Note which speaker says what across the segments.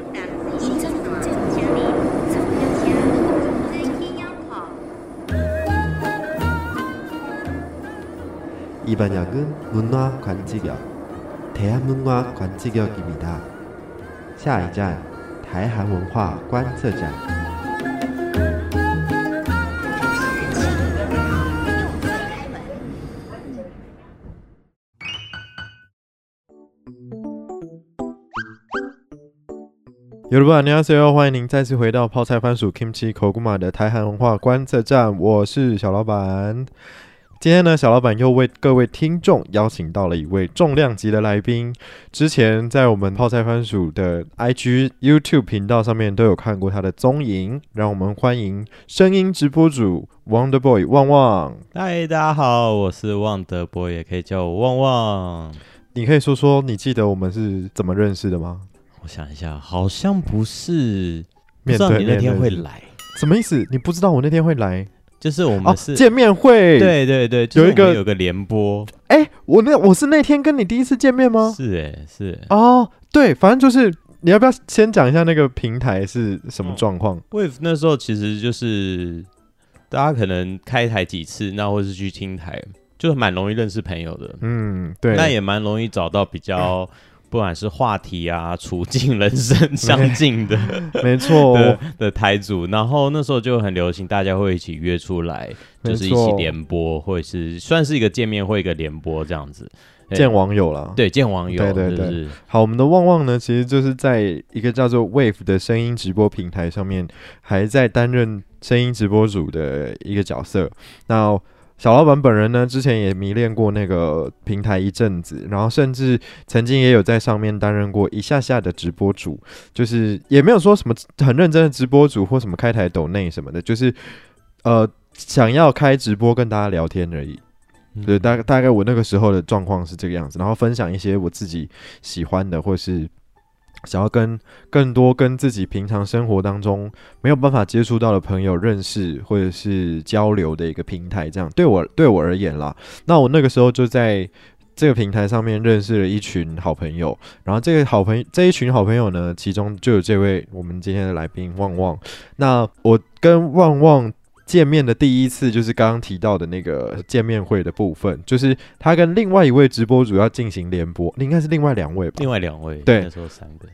Speaker 1: 一张图鉴家里藏着家，在阴阳口。
Speaker 2: 이 번역은 문화 관지력 대한문화 관지력입니다.下一站 대한문화 관측장
Speaker 3: 有的吧，你好，C.O. 欢迎您再次回到泡菜番薯 Kimchi Koguma 的台韩文化观测站，我是小老板。今天呢，小老板又为各位听众邀请到了一位重量级的来宾。之前在我们泡菜番薯的 IG、YouTube 频道上面都有看过他的踪影，让我们欢迎声音直播主 Wonder Boy 旺旺。
Speaker 4: 嗨，大家好，我是旺德博，也可以叫我旺旺。
Speaker 3: 你可以说说你记得我们是怎么认识的吗？
Speaker 4: 我想一下，好像不是，不
Speaker 3: 面
Speaker 4: 知道
Speaker 3: 对
Speaker 4: 你那
Speaker 3: 面
Speaker 4: 天
Speaker 3: 认
Speaker 4: 会
Speaker 3: 识
Speaker 4: 来，
Speaker 3: 什么意思？你不知道我那天会来
Speaker 4: 就是我
Speaker 3: 哦
Speaker 4: 们是、，
Speaker 3: 见面会。
Speaker 4: 对对对，就
Speaker 3: 有
Speaker 4: 是
Speaker 3: 一
Speaker 4: 我们
Speaker 3: 个
Speaker 4: 有个联播，
Speaker 3: 哎、我那我是那天跟你第一次见面吗？
Speaker 4: 是哎、是欸、
Speaker 3: 哦，对，反正就是你要不要先讲一下那个平台是什
Speaker 4: 嗯
Speaker 3: 么状况？
Speaker 4: Wave 那时候其实就是大家可能开台几次，那或是去听台，就是蛮容易认识朋友的，
Speaker 3: 嗯，对，
Speaker 4: 那也蛮容易找到比较。不管是话题啊、处境、人生相 近的
Speaker 3: 没错，哦
Speaker 4: 的的台组，然后那时候就很流行，大家会一起约出来，
Speaker 3: 没
Speaker 4: 就是一起
Speaker 3: 错
Speaker 4: 联播，或者是算是一个见面会，一个联播这样子。对
Speaker 3: 见网友啦。，
Speaker 4: 对，见网友，
Speaker 3: 对对对
Speaker 4: 就是
Speaker 3: 好，我们的旺旺呢，其实就是在一个叫做 Wave 的声音直播平台上面，还在担任声音直播主的一个角色。那小老板本人呢，之前也迷恋过那个平台一阵子，然后甚至曾经也有在上面担任过一下下的直播主，就是也没有说什么很认真的直播主或什么开台抖内什么的，就是呃想要开直播跟大家聊天而已。
Speaker 4: 嗯
Speaker 3: 对，大大概我那个时候的状况是这个样子，然后分享一些我自己喜欢的，或是想要跟更多跟自己平常生活当中没有办法接触到的朋友认识或者是交流的一个平台，这样对我对我而言啦。那我那个时候就在这个平台上面认识了一群好朋友，然后这个好朋这一群好朋友呢，其中就有这位我们今天的来宾旺旺。那我跟旺旺见面的第一次就是刚刚提到的那个见面会的部分，就是他跟另外一位直播主要进行联播，应该是另外两位吧
Speaker 4: 另。外两位，
Speaker 3: 对
Speaker 4: 那时候三个，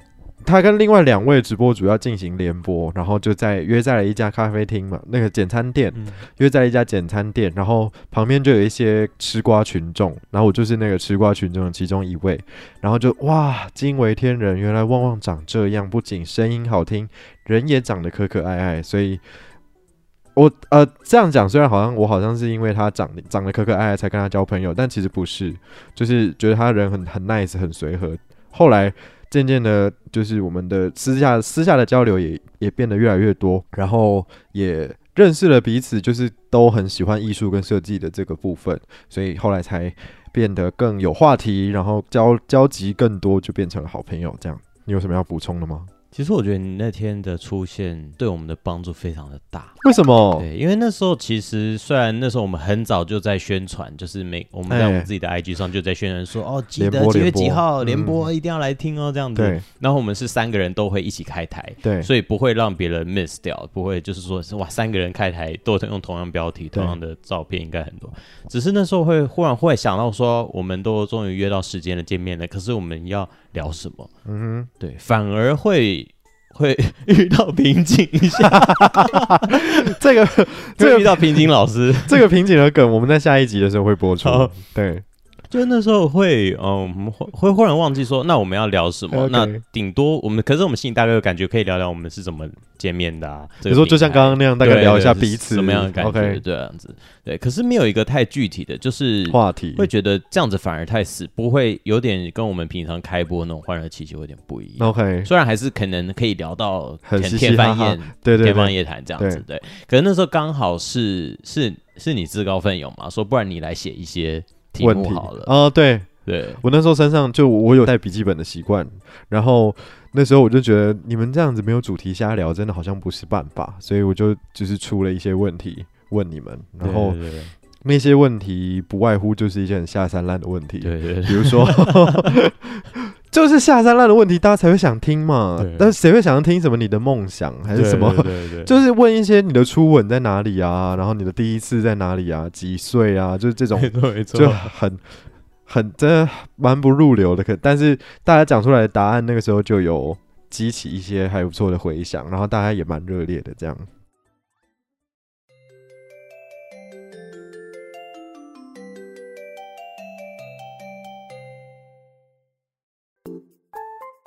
Speaker 3: 他跟另外两位直播主要进行联播，然后就在约在了一家咖啡厅嘛，那个简餐店，
Speaker 4: 嗯，
Speaker 3: 约在一家简餐店，然后旁边就有一些吃瓜群众，然后我就是那个吃瓜群众的其中一位，然后就哇，惊为天人，原来旺旺长这样，不仅声音好听，人也长得可可爱爱，所以。我呃这样讲，虽然好像我好像是因为他长得长得可可爱爱才跟他交朋友，但其实不是，就是觉得他人很很 nice，很随和。后来渐渐的，就是我们的私下私下的交流也也变得越来越多，然后也认识了彼此，就是都很喜欢艺术跟设计的这个部分，所以后来才变得更有话题，然后交交集更多，就变成了好朋友。这样，你有什么要补充的吗？
Speaker 4: 其实我觉得你那天的出现对我们的帮助非常的大，
Speaker 3: 为什么？
Speaker 4: 对，因为那时候其实虽然那时候我们很早就在宣传，就是每我们
Speaker 3: 哎
Speaker 4: 在我们自己的 IG 上就在宣传说，哦，记
Speaker 3: 联
Speaker 4: 得
Speaker 3: 播
Speaker 4: 几月
Speaker 3: 联播
Speaker 4: 几号联
Speaker 3: 嗯
Speaker 4: 播一定要来听哦，这样子。
Speaker 3: 对
Speaker 4: 然后我们是三个人都会一起开台，
Speaker 3: 对
Speaker 4: 所以不会让别人 miss 掉，不会就是说是哇，三个人开台都用同样标题、
Speaker 3: 对
Speaker 4: 同样的照片，应该很多。只是那时候会忽然会想到说，我们都终于约到时间了，见面了，可是我们要聊什么？
Speaker 3: 嗯
Speaker 4: 对，反而会 会遇到瓶颈一下，
Speaker 3: 哼，这个 这
Speaker 4: 会遇
Speaker 3: 个
Speaker 4: 到瓶颈老师。
Speaker 3: 这个瓶颈的梗，我们在下一集的时候会播出
Speaker 4: 好。
Speaker 3: 对，
Speaker 4: 就那时候会，嗯，我们会会忽然忘记说，那我们要聊什么
Speaker 3: OK
Speaker 4: 那顶多我们，可是我们心里大概有感觉，可以聊聊我们是怎么见面的啊。
Speaker 3: 比
Speaker 4: 这个
Speaker 3: 如说就像
Speaker 4: 平台
Speaker 3: 刚刚那样，大概
Speaker 4: 对
Speaker 3: 聊一下
Speaker 4: 对
Speaker 3: 彼
Speaker 4: 是
Speaker 3: 此
Speaker 4: 什么样的感觉
Speaker 3: OK
Speaker 4: 这样子。对，可是没有一个太具体的，就是
Speaker 3: 话题，
Speaker 4: 会觉得这样子反而太死，不会有点跟我们平常开播那种欢乐气息有点不一样。
Speaker 3: OK，
Speaker 4: 虽然还是可能可以聊到
Speaker 3: 很
Speaker 4: 天
Speaker 3: 嘻嘻
Speaker 4: 天
Speaker 3: 哈
Speaker 4: 方
Speaker 3: 哈
Speaker 4: 夜
Speaker 3: 对对
Speaker 4: 天方
Speaker 3: 对，
Speaker 4: 夜谭这样子，对。可是那时候刚好是是是你自告奋勇嘛，说不然你来写一些题
Speaker 3: 问
Speaker 4: 目
Speaker 3: 题
Speaker 4: 好了，
Speaker 3: 哦，对，
Speaker 4: 对。
Speaker 3: 我那时候身上就我有带笔记本的习惯，然后那时候我就觉得你们这样子没有主题瞎聊，真的好像不是办法，所以我就就是出了一些问题问你们，然后
Speaker 4: 对对对
Speaker 3: 那些 问题不外乎就是一些很下三滥的问题，
Speaker 4: 对对对
Speaker 3: 比如说就是下三滥的问题，大家才会想听嘛
Speaker 4: 对。
Speaker 3: 但是谁会想要听什么你的梦想还是什么？
Speaker 4: 对对对 对
Speaker 3: 就是问一些你的初吻在哪里啊，然后你的第一次在哪里啊，几岁啊，就是这种
Speaker 4: 没错没错，
Speaker 3: 就很很真的蛮不入流的。可但是大家讲出来的答案，那个时候就有激起一些还不错的回响，然后大家也蛮热烈的这样。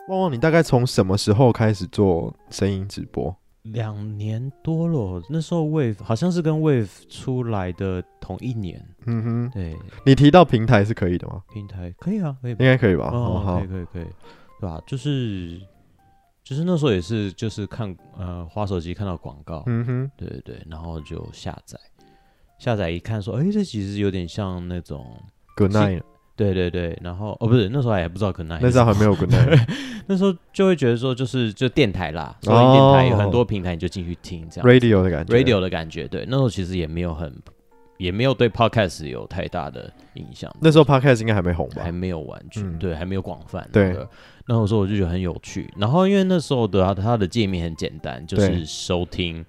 Speaker 3: 旺旺，你大概从什么时候开始做声音直播？
Speaker 4: 两年多了，那时候 Wave 好像是跟 Wave 出来的同一年，
Speaker 3: 嗯哼，
Speaker 4: 对，
Speaker 3: 你提到平台是可以的吗？
Speaker 4: 平台可以啊，可以吧
Speaker 3: 应该可以吧？
Speaker 4: 哦，
Speaker 3: 好
Speaker 4: 可以可以可以，对吧？就是就是那时候也是就是看呃花手机看到广告，
Speaker 3: 嗯哼，
Speaker 4: 对对对，然后就下载，下载一看说，哎、这其实有点像那种，
Speaker 3: Good
Speaker 4: 是
Speaker 3: night，
Speaker 4: 对对对，然后哦不是那时候还不知道可能
Speaker 3: 那时候还没有 Good night。
Speaker 4: 那时候就会觉得说就是就电台啦，所以电台有很多平台你就进去听这样
Speaker 3: 哦 radio 的感觉
Speaker 4: radio 的感觉，对，那时候其实也没有很也没有对 podcast 有太大的影响，
Speaker 3: 那时候 podcast 应该还没红吧
Speaker 4: 还？没有完全、
Speaker 3: 嗯
Speaker 4: 对，还没有广泛。
Speaker 3: 对
Speaker 4: 那个，那我说我就觉得很有趣。然后因为那时候的它啊它的界面很简单，就
Speaker 3: 对
Speaker 4: 是收听、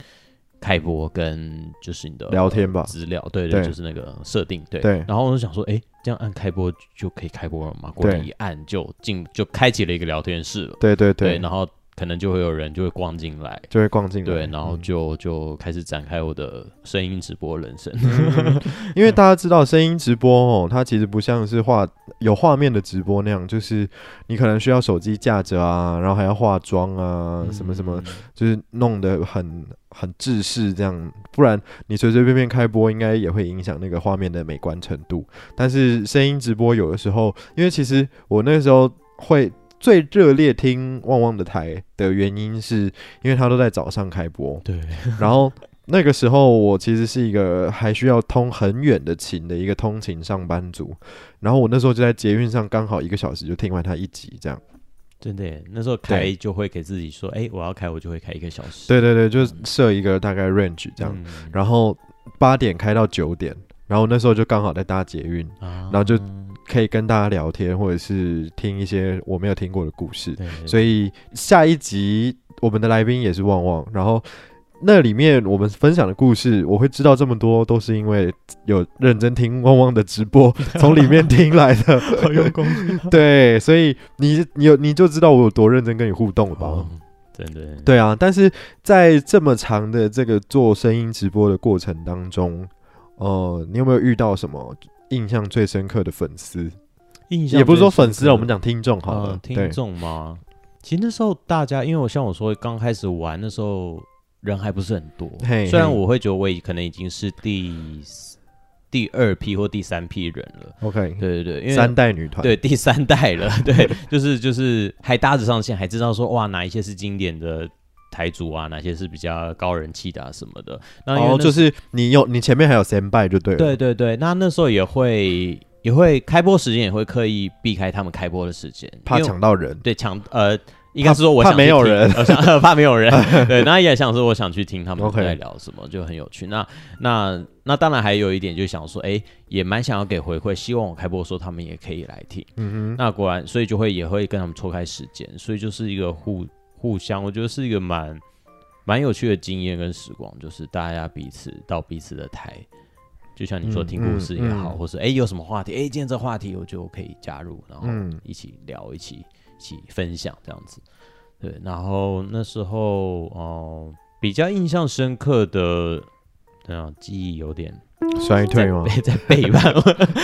Speaker 4: 开播跟就是你的
Speaker 3: 聊天吧
Speaker 4: 资料，对对，
Speaker 3: 对
Speaker 4: 就是那个设定对。
Speaker 3: 对
Speaker 4: 然后我就想说，哎，这样按开播就可以开播了嘛？果然
Speaker 3: 对
Speaker 4: 一按就进就开启了一个聊天室了。
Speaker 3: 对对
Speaker 4: 对，
Speaker 3: 对，
Speaker 4: 然后可能就会有人就会逛进来。
Speaker 3: 就会逛进来。
Speaker 4: 对，然后
Speaker 3: 嗯
Speaker 4: 就就开始展开我的声音直播人生。
Speaker 3: 嗯因为大家知道声音直播哦，它其实不像是画有画面的直播那样，就是你可能需要手机架着啊，然后还要化妆啊，什么什么，就是弄得很很制式这样，不然你随随便便开播，应该也会影响那个画面的美观程度。但是声音直播有的时候，因为其实我那时候会最热烈听旺旺的台的原因，是因为他都在早上开播，
Speaker 4: 对，
Speaker 3: 然后那个时候我其实是一个还需要通很远的勤的一个通勤上班族，然后我那时候就在捷运上刚好一个小时就听完他一集这样。
Speaker 4: 真的耶，那时候开
Speaker 3: 对
Speaker 4: 就会给自己说，哎、我要开，我就会开一个小时。
Speaker 3: 对对对，就是设一个大概 range 这样。
Speaker 4: 嗯，
Speaker 3: 然后八点开到九点，然后那时候就刚好在搭捷运，
Speaker 4: 然
Speaker 3: 然后就可以跟大家聊天，或者是听一些我没有听过的故事。
Speaker 4: 对，
Speaker 3: 所
Speaker 4: 以
Speaker 3: 以下一集我们的来宾也是旺旺，然后那里面我们分享的故事，我会知道这么多，都是因为有认真听旺旺的直 播，从里面听来的。
Speaker 4: 好用功
Speaker 3: 对，所以你你有你就知道我有多认真跟你互动了吧？
Speaker 4: 哦，真的，
Speaker 3: 对啊，但是在这么长的这个做声音直播的过程当中，呃，你有没有遇到什么印象最深刻的粉丝？
Speaker 4: 印象
Speaker 3: 也不是说粉
Speaker 4: 最深
Speaker 3: 丝
Speaker 4: 刻
Speaker 3: 啊，我们讲听众好了，
Speaker 4: 呃
Speaker 3: 对
Speaker 4: 听众吗？其实那时候大家，因为我像我说刚开始玩那时候人还不是很多，
Speaker 3: 嘿
Speaker 4: 虽然
Speaker 3: 嘿
Speaker 4: 我会觉得我已可能已经是第第二批或第三批人了。
Speaker 3: ，OK，
Speaker 4: 对对对，因
Speaker 3: 嗯
Speaker 4: 为
Speaker 3: 三代女团，
Speaker 4: 对第三代了，对， 就是就是还搭着上线，还知道说哇哪一些是经典的台主啊，哪些是比较高人气的、啊、什么的。那因为
Speaker 3: 哦，
Speaker 4: 那
Speaker 3: 就
Speaker 4: 时
Speaker 3: 是你有你前面还有 stand by 就对了。
Speaker 4: 对对对，那那时候也会也会开播时间也会刻意避开他们开播的时间，
Speaker 3: 怕
Speaker 4: 因为
Speaker 3: 抢到人。
Speaker 4: 对抢呃。应该是说我
Speaker 3: 怕
Speaker 4: 想去
Speaker 3: 没有
Speaker 4: 听
Speaker 3: 人，
Speaker 4: 我想 怕没有人， 对，那也想说我想去听他们
Speaker 3: OK
Speaker 4: 在聊什么，就很有趣。那那那当然还有一点就想说，哎、也蛮想要给回馈，希望我开播的时候他们也可以来听。
Speaker 3: 嗯哼，
Speaker 4: 那果然，所以就会也会跟他们错开时间，所以就是一个互互相，我觉得是一个蛮蛮有趣的经验跟时光，就是大家彼此到彼此的台，就像你说
Speaker 3: 嗯
Speaker 4: 听故事也好，
Speaker 3: 嗯嗯
Speaker 4: 或是哎、诶有什么话题，哎、今天这话题我就可以加入，然后
Speaker 3: 嗯
Speaker 4: 一起聊，一起一起分享这样子。对，然后那时候哦、比较印象深刻的，嗯、记忆有点
Speaker 3: 衰退吗？
Speaker 4: 在背在背叛，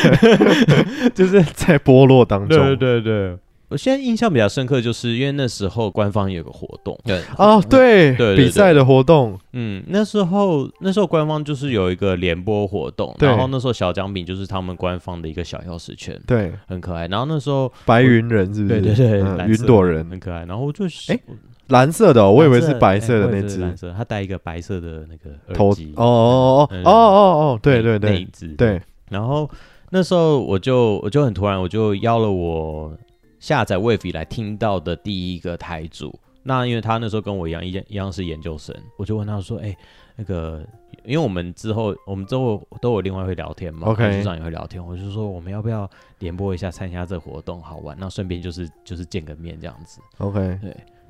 Speaker 3: 就是 在剥落当中。
Speaker 4: 对对对，我现在印象比较深刻，就是因为那时候官方有个活动，对
Speaker 3: 哦，，对，
Speaker 4: 对对
Speaker 3: 比赛的活动，
Speaker 4: 嗯，那时候那时候官方就是有一个联播活动，
Speaker 3: 对
Speaker 4: 然后那时候小奖品就是他们官方的一个小钥匙圈，
Speaker 3: 对，
Speaker 4: 很可爱。然后那时候
Speaker 3: 白云人是不是？
Speaker 4: 对对对，
Speaker 3: 嗯
Speaker 4: 蓝
Speaker 3: 云
Speaker 4: 色
Speaker 3: 朵
Speaker 4: 的
Speaker 3: 人，
Speaker 4: 很可爱。然后我就
Speaker 3: 哎蓝色的哦，我以为是白色的
Speaker 4: 哎我以
Speaker 3: 那
Speaker 4: 为是
Speaker 3: 只
Speaker 4: 蓝色，他戴一个白色的那个
Speaker 3: 头。
Speaker 4: 耳
Speaker 3: 哦
Speaker 4: 机，
Speaker 3: 哦哦哦
Speaker 4: 嗯
Speaker 3: 哦哦哦，对对
Speaker 4: 那一
Speaker 3: 对
Speaker 4: 只，
Speaker 3: 对，
Speaker 4: 然后那时候我就我就很突然，我就邀了我下载 Wave 以来听到的第一个台主那因为他那时候跟我一样，一样一样是研究生，我就问他说：“哎、那个，因为我们之后我们之后都有另外会聊天嘛
Speaker 3: OK
Speaker 4: 跟组长也会聊天，我就说我们要不要联播一下参加这活动好玩？那顺便就是就是见个面这样子。
Speaker 3: OK，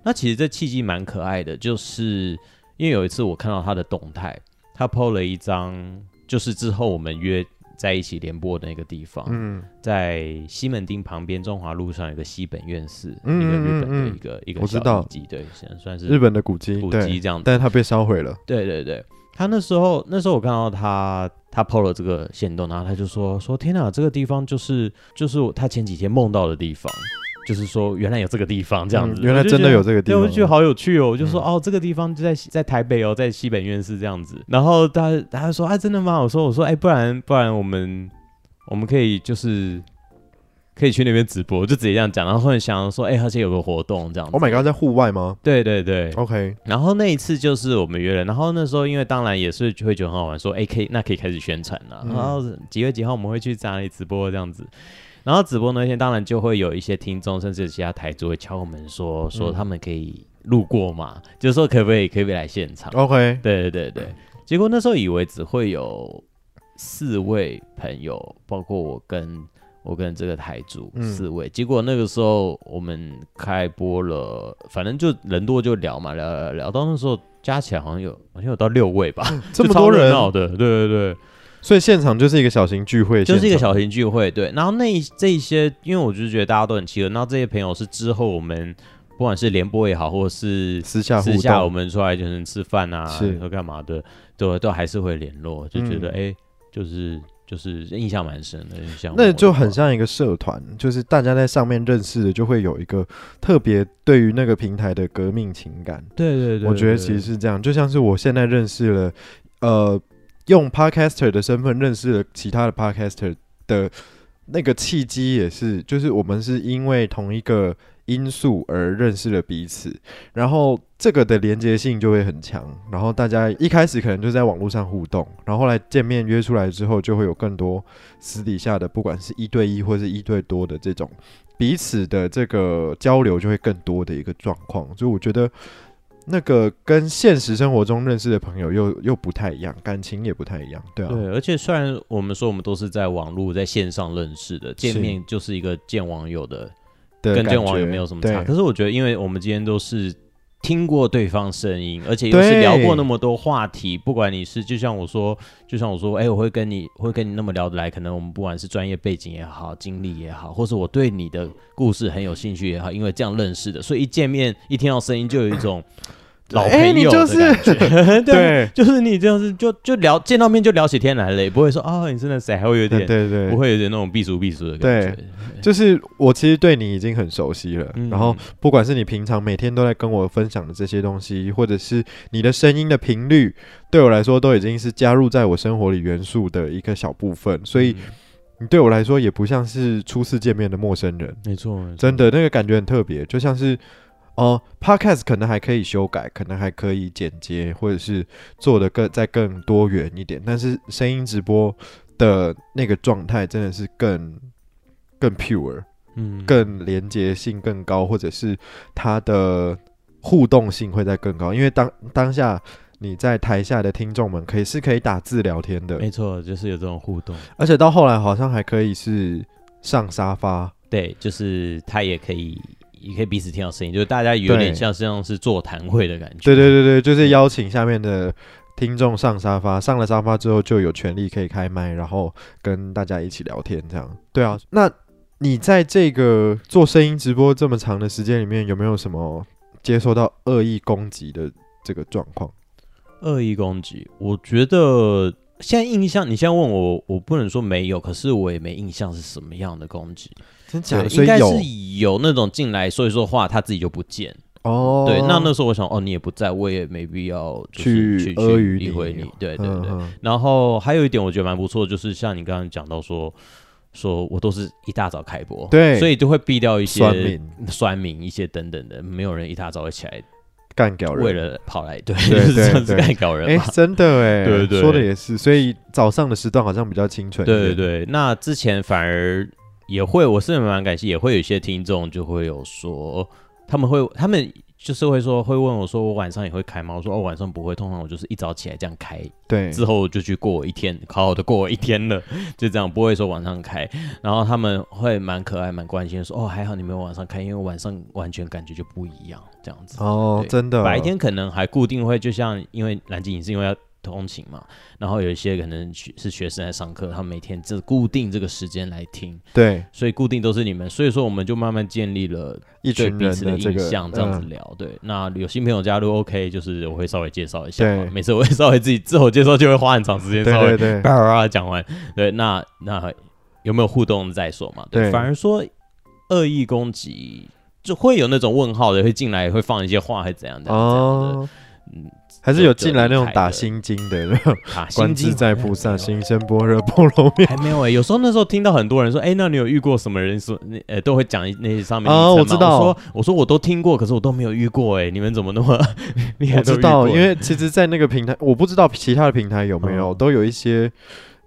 Speaker 4: 那其实这契机蛮可爱的，就是因为有一次我看到他的动态，他 PO 了一张，就是之后我们约在一起联播的那个地方，
Speaker 3: 嗯，
Speaker 4: 在西门町旁边中华路上有个西本院寺，
Speaker 3: 嗯
Speaker 4: 一个日本
Speaker 3: 嗯
Speaker 4: 的
Speaker 3: 嗯
Speaker 4: 一个、一个
Speaker 3: 我知道
Speaker 4: 小遗迹，对，算算是
Speaker 3: 日本的古迹，
Speaker 4: 古迹哦
Speaker 3: 对，
Speaker 4: 这样子。
Speaker 3: 但是它被烧毁了。
Speaker 4: 对对对，他那时候那时候我看到他他 PO 了这个行动，然后他就说说天哪，这个地方就是就是我他前几天梦到的地方，就是说原来有这个地方这样
Speaker 3: 嗯
Speaker 4: 子，
Speaker 3: 原来
Speaker 4: 我就觉
Speaker 3: 真的
Speaker 4: 得
Speaker 3: 有这个地
Speaker 4: 对，
Speaker 3: 方
Speaker 4: 我就觉得好有趣哦。我就说、
Speaker 3: 嗯
Speaker 4: 哦，这个地方就在西在台北哦，在西本院是这样子。然后他他就说啊，真的吗？我说我说哎，不然不然我们我们可以就是可以去那边直播，就直接这样讲。然后忽然想说，哎，而且有个活动这样子。
Speaker 3: Oh my god，在户外吗
Speaker 4: 对对对，
Speaker 3: ？OK，
Speaker 4: 然后那一次就是我们约了，然后那时候因为当然也是会觉得很好玩，说哎可以那可以开始宣传了、
Speaker 3: 嗯
Speaker 4: 然后几月几号我们会去哪里直播这样子。然后直播那天当然就会有一些听众，甚至有其他台主会敲我们说说
Speaker 3: 嗯
Speaker 4: 他们可以路过嘛，就说可不可以可不可以来现场？
Speaker 3: OK，
Speaker 4: 对对对对，结果那时候以为只会有四位朋友，包括我跟我跟这个台主、
Speaker 3: 嗯
Speaker 4: 四位。结果那个时候我们开播了，反正就人多就聊嘛，聊聊聊到那时候加起来好像有好像有到六位 吧，
Speaker 3: 嗯这
Speaker 4: 就
Speaker 3: 么
Speaker 4: 超
Speaker 3: 多
Speaker 4: 热
Speaker 3: 人，
Speaker 4: 闹的，对对对。
Speaker 3: 所以现场就是一个小型聚会现场，
Speaker 4: 就是一个小型聚会，对。然后那一这一些，因为我就觉得大家都很期待，那这些朋友是之后我们不管是联播也好，或者是
Speaker 3: 私下
Speaker 4: 私
Speaker 3: 互
Speaker 4: 下我
Speaker 3: 动，
Speaker 4: 们出来就是吃饭啊，
Speaker 3: 是
Speaker 4: 或干嘛的，都都还是会联络，就觉得
Speaker 3: 嗯
Speaker 4: 哎、诶就是就是印象蛮深的，印象
Speaker 3: 那就很
Speaker 4: 像
Speaker 3: 像一个社团，就是大家在上面认识的，就会有一个特别对于那个平台的革命情感。
Speaker 4: 对对对，
Speaker 3: 我觉得其实是这样，就像是我现在认识了，呃，用 podcaster 的身份认识了其他的 podcaster 的那个契机也是，就是我们是因为同一个因素而认识了彼此，然后这个的连接性就会很强，然后大家一开始可能就在网络上互动，然后后来见面约出来之后，就会有更多私底下的，不管是一对一或是一对多的这种。彼此的这个交流就会更多的一个状况，所以我觉得那个跟现实生活中认识的朋友又又不太一样，感情也不太一样，对啊，
Speaker 4: 对，而且虽然我们说我们都是在网络在线上认识的，见
Speaker 3: 是
Speaker 4: 面就是一个见网友的
Speaker 3: 的
Speaker 4: 跟
Speaker 3: 感
Speaker 4: 见网
Speaker 3: 觉
Speaker 4: 友没有什么
Speaker 3: 对
Speaker 4: 差。可是我觉得，因为我们今天都是听过对方声音，而且又是聊过那么多话题，不管你是就像我说，就像我说，哎、我会跟你会跟你那么聊得来，可能我们不管是专业背景也好，经历也好，或是我对你的故事很有兴趣也好，因为这样认识的，所以一见面一听到声音就有一种老朋
Speaker 3: 哎你
Speaker 4: 友的
Speaker 3: 就是
Speaker 4: 感 觉， 对啊。
Speaker 3: 对
Speaker 4: 就是你这样子，就就聊见到面就聊起天来了，也不会说啊、你是那谁，还会有
Speaker 3: 对
Speaker 4: 点
Speaker 3: 对对，
Speaker 4: 不会有点那种避俗避俗的感觉。
Speaker 3: 就是我其实对你已经很熟悉了，
Speaker 4: 嗯
Speaker 3: 然后不管是你平常每天都在跟我分享的这些东西，或者是你的声音的频率，对我来说都已经是加入在我生活里元素的一个小部分，所以
Speaker 4: 嗯
Speaker 3: 你对我来说也不像是初次见面的陌生人，
Speaker 4: 没错，没错
Speaker 3: 真的那个感觉很特别，就像是哦、p o d c a s t 可能还可以修改，可能还可以剪接，或者是做的更再更多元一点，但是声音直播的那个状态真的是更更 pure，
Speaker 4: 嗯
Speaker 3: 更连接性更高，或者是它的互动性会再更高，因为当当下。你在台下的听众们可以是可以打字聊天的，
Speaker 4: 没错，就是有这种互动。
Speaker 3: 而且到后来好像还可以是上沙发，
Speaker 4: 对，就是他也可以，也可以彼此听到声音，就是大家有
Speaker 3: 对
Speaker 4: 点像像是座谈会的感觉。
Speaker 3: 对对对对，就是邀请下面的听众上沙发，上了沙发之后就有权利可以开麦，然后跟大家一起聊天，这样。对啊，那你在这个做声音直播这么长的时间里面，有没有什么接受到恶意攻击的这个状况？
Speaker 4: 恶意攻击，我觉得现在印象，你现在问我，我不能说没有，可是我也没印象是什么样的攻击。
Speaker 3: 真假
Speaker 4: 对
Speaker 3: 的？，所
Speaker 4: 应
Speaker 3: 以
Speaker 4: 该
Speaker 3: 有
Speaker 4: 是有那种进来说一说话，他自己就不见。
Speaker 3: 哦。
Speaker 4: 对，那那时候我想，哦，你也不在，我也没必要就是
Speaker 3: 去
Speaker 4: 去
Speaker 3: 阿谀
Speaker 4: 理
Speaker 3: 你
Speaker 4: 会你。对对
Speaker 3: 嗯
Speaker 4: 对。
Speaker 3: 嗯
Speaker 4: 然后还有一点我觉得蛮不错，就是像你刚刚讲到说，说我都是一大早开播，
Speaker 3: 对
Speaker 4: 所以就会避掉一些
Speaker 3: 酸民
Speaker 4: 酸民一些等等的，没有人一大早会起来
Speaker 3: 干掉人，
Speaker 4: 为了跑来 对，
Speaker 3: 对
Speaker 4: 就是这样子
Speaker 3: 对对
Speaker 4: 干搞人
Speaker 3: 哎
Speaker 4: 嘛。，
Speaker 3: 真的哎，
Speaker 4: 对对
Speaker 3: 说的也是，所以早上的时段好像比较清纯一点。
Speaker 4: 对对对，那之前反而也会，我是蛮感谢，也会有一些听众就会有说，他们会他们就是会说会问我说我晚上也会开吗？我说哦晚上不会，通常我就是一早起来这样开，
Speaker 3: 对，
Speaker 4: 之后就去过我一天，好好的过我一天了，就这样不会说晚上开。然后他们会蛮可爱蛮关心的说哦还好你没有晚上开，因为晚上完全感觉就不一样这样子。
Speaker 3: 哦，
Speaker 4: 对
Speaker 3: 真的，
Speaker 4: 白天可能还固定会，就像因为南京影是因为要通勤嘛，然后有一些可能学是学生在上课，他们每天这固定这个时间来听，
Speaker 3: 对
Speaker 4: 所以固定都是你们，所以说我们就慢慢建立了
Speaker 3: 一
Speaker 4: 对
Speaker 3: 群
Speaker 4: 彼
Speaker 3: 人
Speaker 4: 此的
Speaker 3: 这
Speaker 4: 印
Speaker 3: 个
Speaker 4: 象，这样子
Speaker 3: 嗯
Speaker 4: 聊。对，那有新朋友加入，OK，就是我会稍微介绍一下嘛
Speaker 3: 对，
Speaker 4: 每次我会稍微自己自我介绍就会花很长时间，稍微
Speaker 3: 对对对，
Speaker 4: 叭叭叭讲完。对，那那有没有互动再说嘛？对，
Speaker 3: 对
Speaker 4: 反而说恶意攻击就会有那种问号的，会进来会放一些话，会怎样怎样怎样的。
Speaker 3: 哦，
Speaker 4: 嗯，
Speaker 3: 还是
Speaker 4: 就
Speaker 3: 有
Speaker 4: 就
Speaker 3: 进来那
Speaker 4: 离
Speaker 3: 种
Speaker 4: 开
Speaker 3: 打
Speaker 4: 的
Speaker 3: 心经的那种，
Speaker 4: 啊，
Speaker 3: 观
Speaker 4: 心
Speaker 3: 自
Speaker 4: 经
Speaker 3: 在菩萨，心生般若波罗蜜。
Speaker 4: 还没有哎、有时候那时候听到很多人说，哎、那你有遇过什么人说，那呃都会讲一那些上面
Speaker 3: 哦
Speaker 4: 名
Speaker 3: 我
Speaker 4: 称
Speaker 3: 知
Speaker 4: 嘛
Speaker 3: 道
Speaker 4: 我说我说我都听过，可是我都没有遇过哎、你们怎么那么 厉 害？
Speaker 3: 我知道，因为其实，在那个平台，我不知道其他的平台有没有，
Speaker 4: 嗯
Speaker 3: 都有一些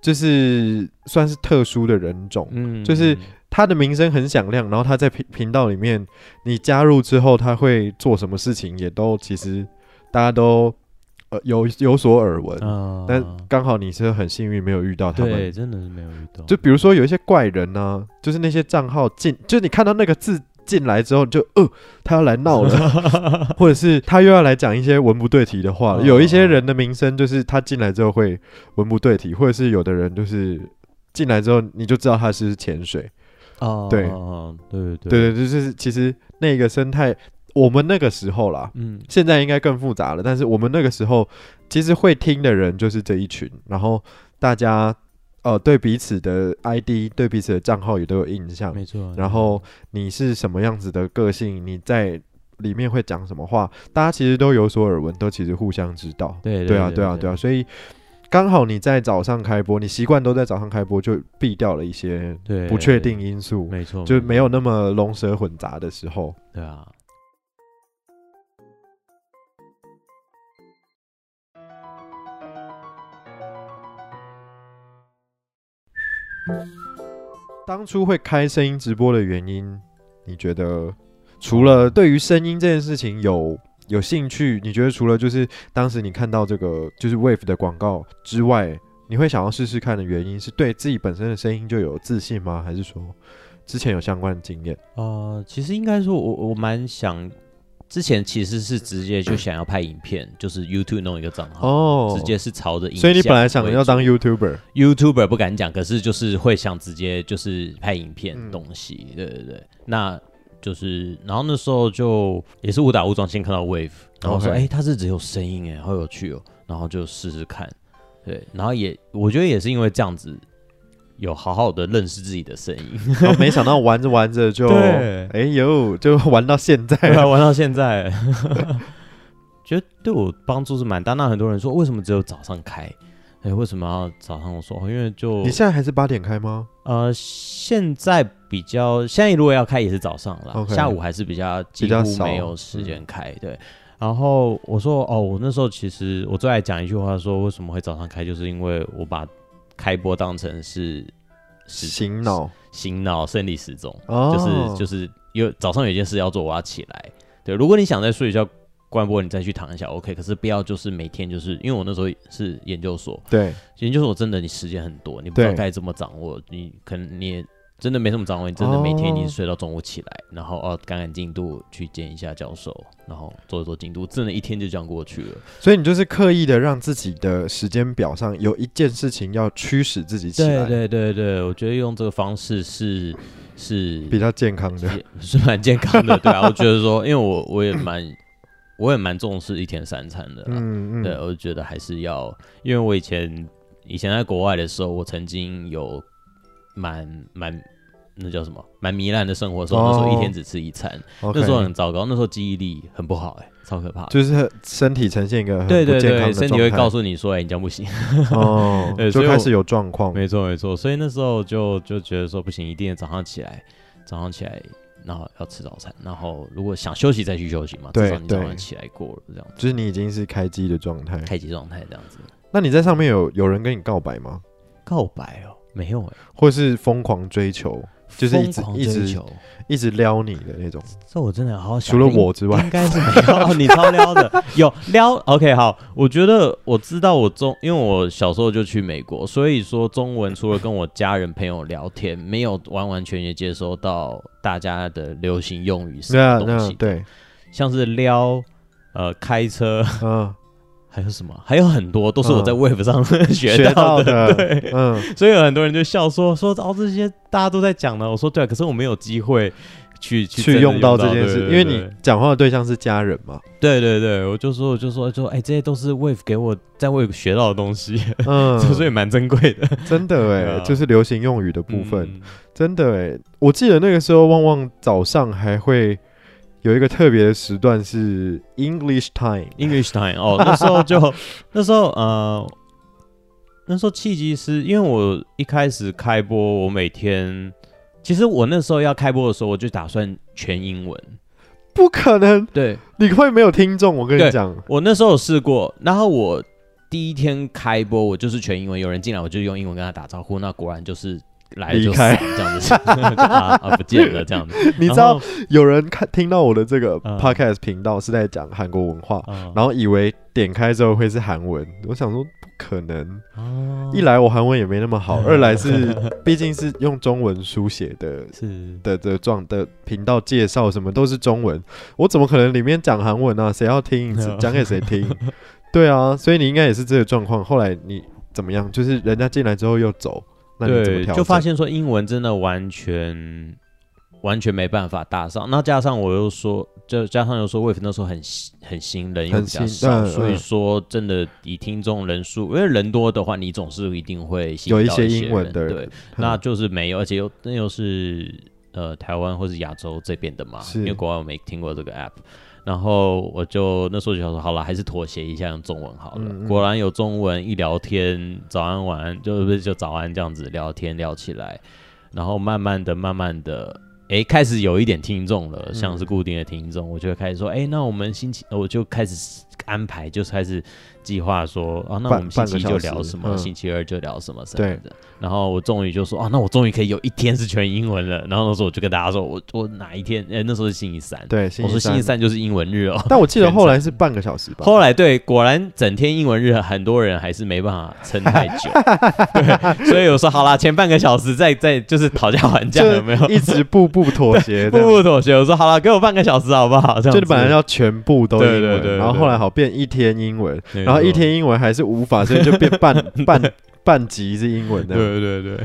Speaker 3: 就是算是特殊的人种，
Speaker 4: 嗯
Speaker 3: 就是他的名声很响亮，然后他在频频道里面，你加入之后，他会做什么事情，也都其实大家都呃有有所耳闻，嗯
Speaker 4: 啊，
Speaker 3: 但刚好你是很幸运没有遇到他
Speaker 4: 对，
Speaker 3: 们。
Speaker 4: 真的是没有遇到，
Speaker 3: 就比如说有一些怪人呢、就是那些账号进，就是你看到那个字进来之后，你就呃，他要来闹了，或者是他又要来讲一些文不对题的话了。
Speaker 4: 嗯
Speaker 3: 有一些人的名声就是他进来之后会文不对题，或者是有的人就是进来之后你就知道他是潜水。
Speaker 4: 哦，
Speaker 3: 对
Speaker 4: 哦对对
Speaker 3: 对对，就是其实那个生态，我们那个时候啦，
Speaker 4: 嗯，
Speaker 3: 现在应该更复杂了。但是我们那个时候其实会听的人就是这一群，然后大家呃对彼此的 ID、对彼此的账号也都有印象。
Speaker 4: 没错。
Speaker 3: 啊然后你是什么样子的个性，你在里面会讲什么话，大家其实都有所耳闻，都其实互相知道。
Speaker 4: 对
Speaker 3: 对啊，对啊，对啊，，所以刚好你在早上开播，你习惯都在早上开播，就避掉了一些
Speaker 4: 对
Speaker 3: 不确定，因素，
Speaker 4: 没错，
Speaker 3: 就没有那么龙蛇混杂的时候。
Speaker 4: 对啊。
Speaker 3: 当初会开声音直播的原因，你觉得除了对于声音这件事情有有兴趣，你觉得除了就是当时你看到这个就是 Wave 的广告之外，你会想要试试看的原因是对自己本身的声音就有自信吗？还是说之前有相关的经验？
Speaker 4: 呃，其实应该说我，我蛮想，之前其实是直接就想要拍影片，就是 YouTube 弄一个账号。
Speaker 3: 哦，
Speaker 4: 直接是朝着影像为主，
Speaker 3: 所以你本来想要当 YouTuber，
Speaker 4: YouTuber 不敢讲，可是就是会想直接就是拍影片
Speaker 3: 嗯
Speaker 4: 东西，对对对，那就是然后那时候就也是误打误撞先看到 Wave，然后说
Speaker 3: OK
Speaker 4: 哎、它是只有声音哎，好有趣哦，然后就试试看，对，然后也我觉得也是因为这样子，有好好的认识自己的声音，
Speaker 3: 然后没想到玩着玩着就，
Speaker 4: 对
Speaker 3: 哎呦，就玩到现 在
Speaker 4: 对啊，
Speaker 3: 了。
Speaker 4: 玩到现在， 觉得对我帮助是蛮大。那很多人说为什么只有早上开？哎、为什么要早上我说？因为就
Speaker 3: 你现在还是八点开吗？
Speaker 4: 呃，现在比较现在如果要开也是早上啦
Speaker 3: OK
Speaker 4: 下午还是比较几
Speaker 3: 比较
Speaker 4: 乎
Speaker 3: 少
Speaker 4: 没有时间开。对，然后我说哦，我那时候其实我最爱讲一句话，说为什么会早上开，就是因为我把开播当成是是
Speaker 3: 醒脑
Speaker 4: 醒脑生理时钟，
Speaker 3: 哦，
Speaker 4: 就是就是因为早上有一件事要做，我要起来。对，如果你想再睡一觉。关播你再去躺一下，OK。可是不要就是每天就是，因为我那时候是研究所，
Speaker 3: 对
Speaker 4: 研究所真的你时间很多，你不知道
Speaker 3: 对
Speaker 4: 该怎么掌握，你可能你也真的没什么掌握，你真的每天
Speaker 3: 哦
Speaker 4: 你睡到中午起来，然后哦赶赶进度去见一下教授，然后做一做进度，真的一天就这样过去了。
Speaker 3: 所以你就是刻意的让自己的时间表上有一件事情要驱使自己起
Speaker 4: 对
Speaker 3: 来，
Speaker 4: 对对对，我觉得用这个方式是是
Speaker 3: 比较健康的。
Speaker 4: 也是蛮健康的，对啊，我觉得说，因为我我也蛮我也蛮重视一天三餐的啦，
Speaker 3: 嗯
Speaker 4: 对，
Speaker 3: 嗯，
Speaker 4: 我觉得还是要，因为我以前以前在国外的时候，我曾经有蛮蛮那叫什么蛮糜烂的生活的时候，
Speaker 3: 哦
Speaker 4: 那时候一天只吃一餐
Speaker 3: OK
Speaker 4: 那时候很糟糕，那时候记忆力很不好、哎，超可怕的。
Speaker 3: 就是身体呈现一个很
Speaker 4: 对对
Speaker 3: 不健康
Speaker 4: 对，
Speaker 3: 的
Speaker 4: 身体会告
Speaker 3: 状态
Speaker 4: 诉你说，哎、你这样不行。
Speaker 3: 哦
Speaker 4: 对，所
Speaker 3: 就
Speaker 4: 以
Speaker 3: 开
Speaker 4: 我
Speaker 3: 始有状况。
Speaker 4: 没错没错，所以那时候就就觉得说不行，一定早上起来，早上起来，然后要吃早餐，然后如果想休息再去休息嘛，
Speaker 3: 对
Speaker 4: 至少你早
Speaker 3: 对
Speaker 4: 上起来过了这样子，
Speaker 3: 就是你已经是开机的状态，
Speaker 4: 开机状态这样子。
Speaker 3: 那你在上面有有人跟你告白吗？
Speaker 4: 告白哦，没有哎、
Speaker 3: 或是疯狂追求？就是一直
Speaker 4: 疯狂
Speaker 3: 一
Speaker 4: 追
Speaker 3: 直
Speaker 4: 求。
Speaker 3: 一直撩你的那种。
Speaker 4: 这我真的好想，
Speaker 3: 除了我之外
Speaker 4: 应该是没有。哦你超撩的，有撩。OK，好，我觉得我知道我中，因为我小时候就去美国，所以说中文除了跟我家人朋友聊天，没有完完全全接收到大家的流行用语什
Speaker 3: 那
Speaker 4: 么东
Speaker 3: 那
Speaker 4: 西，
Speaker 3: 对，
Speaker 4: 像是撩，呃，开车，
Speaker 3: 嗯，
Speaker 4: 还有什么，还有很多都是我在
Speaker 3: 嗯
Speaker 4: Wave 上
Speaker 3: 学
Speaker 4: 到
Speaker 3: 的，
Speaker 4: 对，
Speaker 3: 嗯，
Speaker 4: 所以有很多人就笑说说哦，这些大家都在讲呢。我说对、啊，可是我没有机会 去去真
Speaker 3: 去
Speaker 4: 的
Speaker 3: 用
Speaker 4: 到
Speaker 3: 到这件事，因为你讲话的对象是家人嘛，
Speaker 4: 对对对对对，我就说我就说就说哎、这些都是 Wave 给我在 Wave 学到的东西，
Speaker 3: 嗯，
Speaker 4: 所以蛮珍贵的
Speaker 3: 真的
Speaker 4: 对
Speaker 3: 哎，
Speaker 4: 啊
Speaker 3: 就是流行用语的部分，
Speaker 4: 嗯
Speaker 3: 真的哎，我记得那个时候旺旺早上还会有一个特别的时段是 English time，
Speaker 4: English time 哦，那时 候就那时候呃，那时候契机是因为我一开始开播，我每天其实我那时候要开播的时候，我就打算全英文。
Speaker 3: 不可能，
Speaker 4: 对，
Speaker 3: 你会没有听众，我跟你
Speaker 4: 对
Speaker 3: 讲，
Speaker 4: 我那时候有试过，然后我第一天开播，我就是全英文，有人进来我就用英文跟他打招呼，那果然就是来了就
Speaker 3: 离开
Speaker 4: 散这样子， 啊啊不见了这样子，
Speaker 3: 你知道有人看听到我的这个
Speaker 4: 嗯
Speaker 3: podcast 频道是在讲韩国文化，
Speaker 4: 然
Speaker 3: 然后以为点开之后会是韩文，我想说不可能。
Speaker 4: 后
Speaker 3: 一
Speaker 4: 来
Speaker 3: 来我韩文也没那么好，二来是 毕竟是用中文书写的
Speaker 4: 是
Speaker 3: 的的状的频道介绍什么都是中文，我怎么可能里面讲韩文啊？谁要听
Speaker 4: 哦
Speaker 3: 讲给谁听？ 对啊，所以你应该也是这个状况。后来你怎么样？就是人家进来之后又走，那你怎么
Speaker 4: 对，
Speaker 3: 调整？
Speaker 4: 就发现说英文真的完全完全没办法搭上，那加上我又说，就加上又说 Wave 那时候很新很新人又
Speaker 3: 很
Speaker 4: 比较
Speaker 3: 新
Speaker 4: 少，
Speaker 3: 嗯
Speaker 4: 所以
Speaker 3: 嗯
Speaker 4: 说真的以听众人数，因为人多的话，你总是一定会吸引
Speaker 3: 有一
Speaker 4: 到
Speaker 3: 些
Speaker 4: 一些
Speaker 3: 英文
Speaker 4: 人
Speaker 3: 的嗯人
Speaker 4: 对。 那就是没有，而且又那又是呃台湾或是亚洲这边的嘛，
Speaker 3: 是
Speaker 4: 因为国外我没听过这个 app。然后我就那时候就想说，好了，还是妥协一下，用中文好了。
Speaker 3: 嗯嗯
Speaker 4: 果然有中文，一聊天，早安晚安，就是不是就早安这样子聊天聊起来，然后慢慢的、慢慢的，哎，开始有一点听众了，
Speaker 3: 嗯
Speaker 4: 像是固定的听众，我就会开始说，哎，那我们星期，我就开始安排，就是开始计划说，啊，那我
Speaker 3: 半
Speaker 4: 们星期一
Speaker 3: 半
Speaker 4: 就
Speaker 3: 个小时
Speaker 4: 聊什么，
Speaker 3: 嗯
Speaker 4: 星期二就聊什么什
Speaker 3: 对
Speaker 4: 么的。然后我终于就说，啊，那我终于可以有一天是全英文了。然后那时候我就跟大家说，我我哪一天，哎，那时候是星期三，
Speaker 3: 对，
Speaker 4: 我说星期
Speaker 3: 期三，
Speaker 4: 三就是英文日 哦。
Speaker 3: 但我记得后来是半个小时吧。
Speaker 4: 后来对，果然整天英文日，很多人还是没办法撑太 久。对，所以我说好啦，前半个小时再再就是讨价还价，
Speaker 3: 就
Speaker 4: 有没有？
Speaker 3: 一直步步妥协这
Speaker 4: 不
Speaker 3: 样，
Speaker 4: 不妥协，我说好啦，给我半个小时好不好？这
Speaker 3: 就
Speaker 4: 样子
Speaker 3: 你本来要全部都英文，
Speaker 4: 对对对对
Speaker 3: 然后后来好变一天英文，
Speaker 4: 对
Speaker 3: 然后一
Speaker 4: 没错
Speaker 3: 天英文还是无法，所以就变半 半半级是英文的。
Speaker 4: 对对对，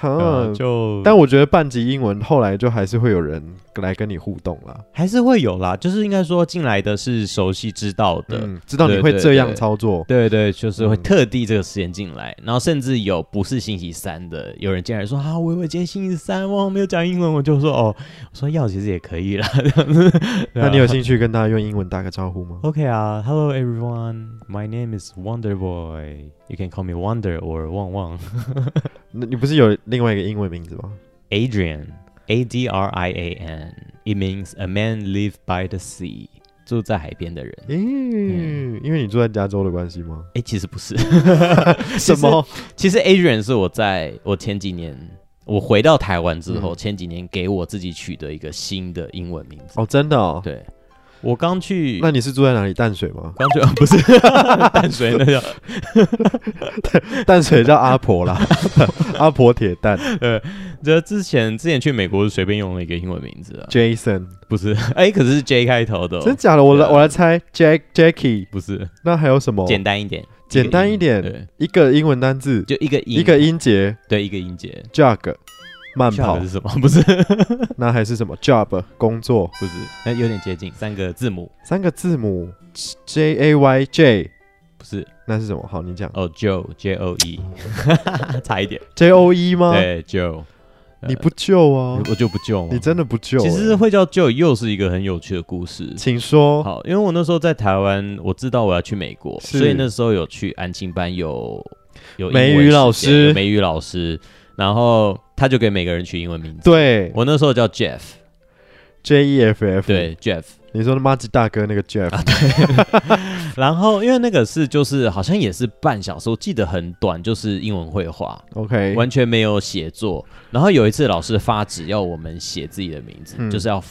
Speaker 3: 啊
Speaker 4: 嗯，就
Speaker 3: 但我觉得半级英文后来就还是会有人来跟你互动啦，
Speaker 4: 还是会有啦，就是应该说进来的是熟悉知道的，
Speaker 3: 嗯，知道你
Speaker 4: 对
Speaker 3: 会
Speaker 4: 对
Speaker 3: 这样
Speaker 4: 对
Speaker 3: 操作，
Speaker 4: 对对，就是会
Speaker 3: 嗯
Speaker 4: 特地这个时间进来，然后甚至有不是星期三的，有人进来说啊，我以为今天星期三，哇，没有讲英文，我就说哦，我说要其实也可以 啦，这样子。对啊
Speaker 3: 那你有兴趣跟大家用英文打个招呼吗？
Speaker 4: ？OK 啊，Hello everyone, my name is Wonder Boy. You can call me Wonder or 旺旺
Speaker 3: 那你不是有另外一个英文名字吗？
Speaker 4: Adrian, A D R I A N. It means a man live by the sea. 住在海边的人，
Speaker 3: 咦、
Speaker 4: 嗯
Speaker 3: 因为你住在加州的关系吗？
Speaker 4: 哎，其实不是，
Speaker 3: 什么？
Speaker 4: 其实 Adrian 是我在我前几年我回到台湾之后，
Speaker 3: 嗯
Speaker 4: 前几年给我自己取的一个新的英文名字。
Speaker 3: 哦，真的哦。
Speaker 4: 对，我刚去，？
Speaker 3: 那你是住在哪里？淡水吗
Speaker 4: 刚去、啊、 不是淡水那叫，
Speaker 3: 淡水叫阿婆 啦，阿婆铁蛋
Speaker 4: 这之前之前去美国是随便用了一个英文名字啊，
Speaker 3: ，Jason，
Speaker 4: 不是？ 哎、可是是 J 开头的哦、
Speaker 3: 真假的？我来
Speaker 4: 对啊
Speaker 3: 我来猜，Jack Jackie，
Speaker 4: 不是？
Speaker 3: 那还有什么？
Speaker 4: 简单一点，
Speaker 3: 哦简单一
Speaker 4: 个音
Speaker 3: 点，一个英文单字，
Speaker 4: 对，就一个音，
Speaker 3: 一个音节
Speaker 4: 对一个音节。
Speaker 3: ，jog，慢跑
Speaker 4: Jog，是什么？ 不是，
Speaker 3: 那还是什么 job 工作？
Speaker 4: 不是，那有点接近三个字母，
Speaker 3: 三个字母 J A Y J，
Speaker 4: 不是
Speaker 3: 那是什么？好，你讲
Speaker 4: 哦，Joe J O E，差一点，
Speaker 3: J O E 吗？
Speaker 4: 对 Joe，呃
Speaker 3: 你不救啊，
Speaker 4: 我就不救嘛
Speaker 3: 你真的不救欸。
Speaker 4: 其实会叫 Joe 又是一个很有趣的故事。
Speaker 3: 请说，
Speaker 4: 好，因为我那时候在台湾，我知道我要去美国，
Speaker 3: 哦是
Speaker 4: 所以那时候有去安亲班有有
Speaker 3: 美
Speaker 4: 英文
Speaker 3: 语老
Speaker 4: 时间
Speaker 3: 师
Speaker 4: 有美语老师，然后他就给每个人取英文名字。
Speaker 3: 对
Speaker 4: 我那时候叫 Jeff，
Speaker 3: J E F F，，
Speaker 4: 对啊 Jeff。
Speaker 3: 你说的妈吉大哥那个 Jeff，、
Speaker 4: 然后因为那个是就是好像也是半小时，我记得很短，就是英文绘画，
Speaker 3: OK，
Speaker 4: 完全没有写作。然后有一次老师发纸要我们写自己的名字，
Speaker 3: 嗯
Speaker 4: 就是要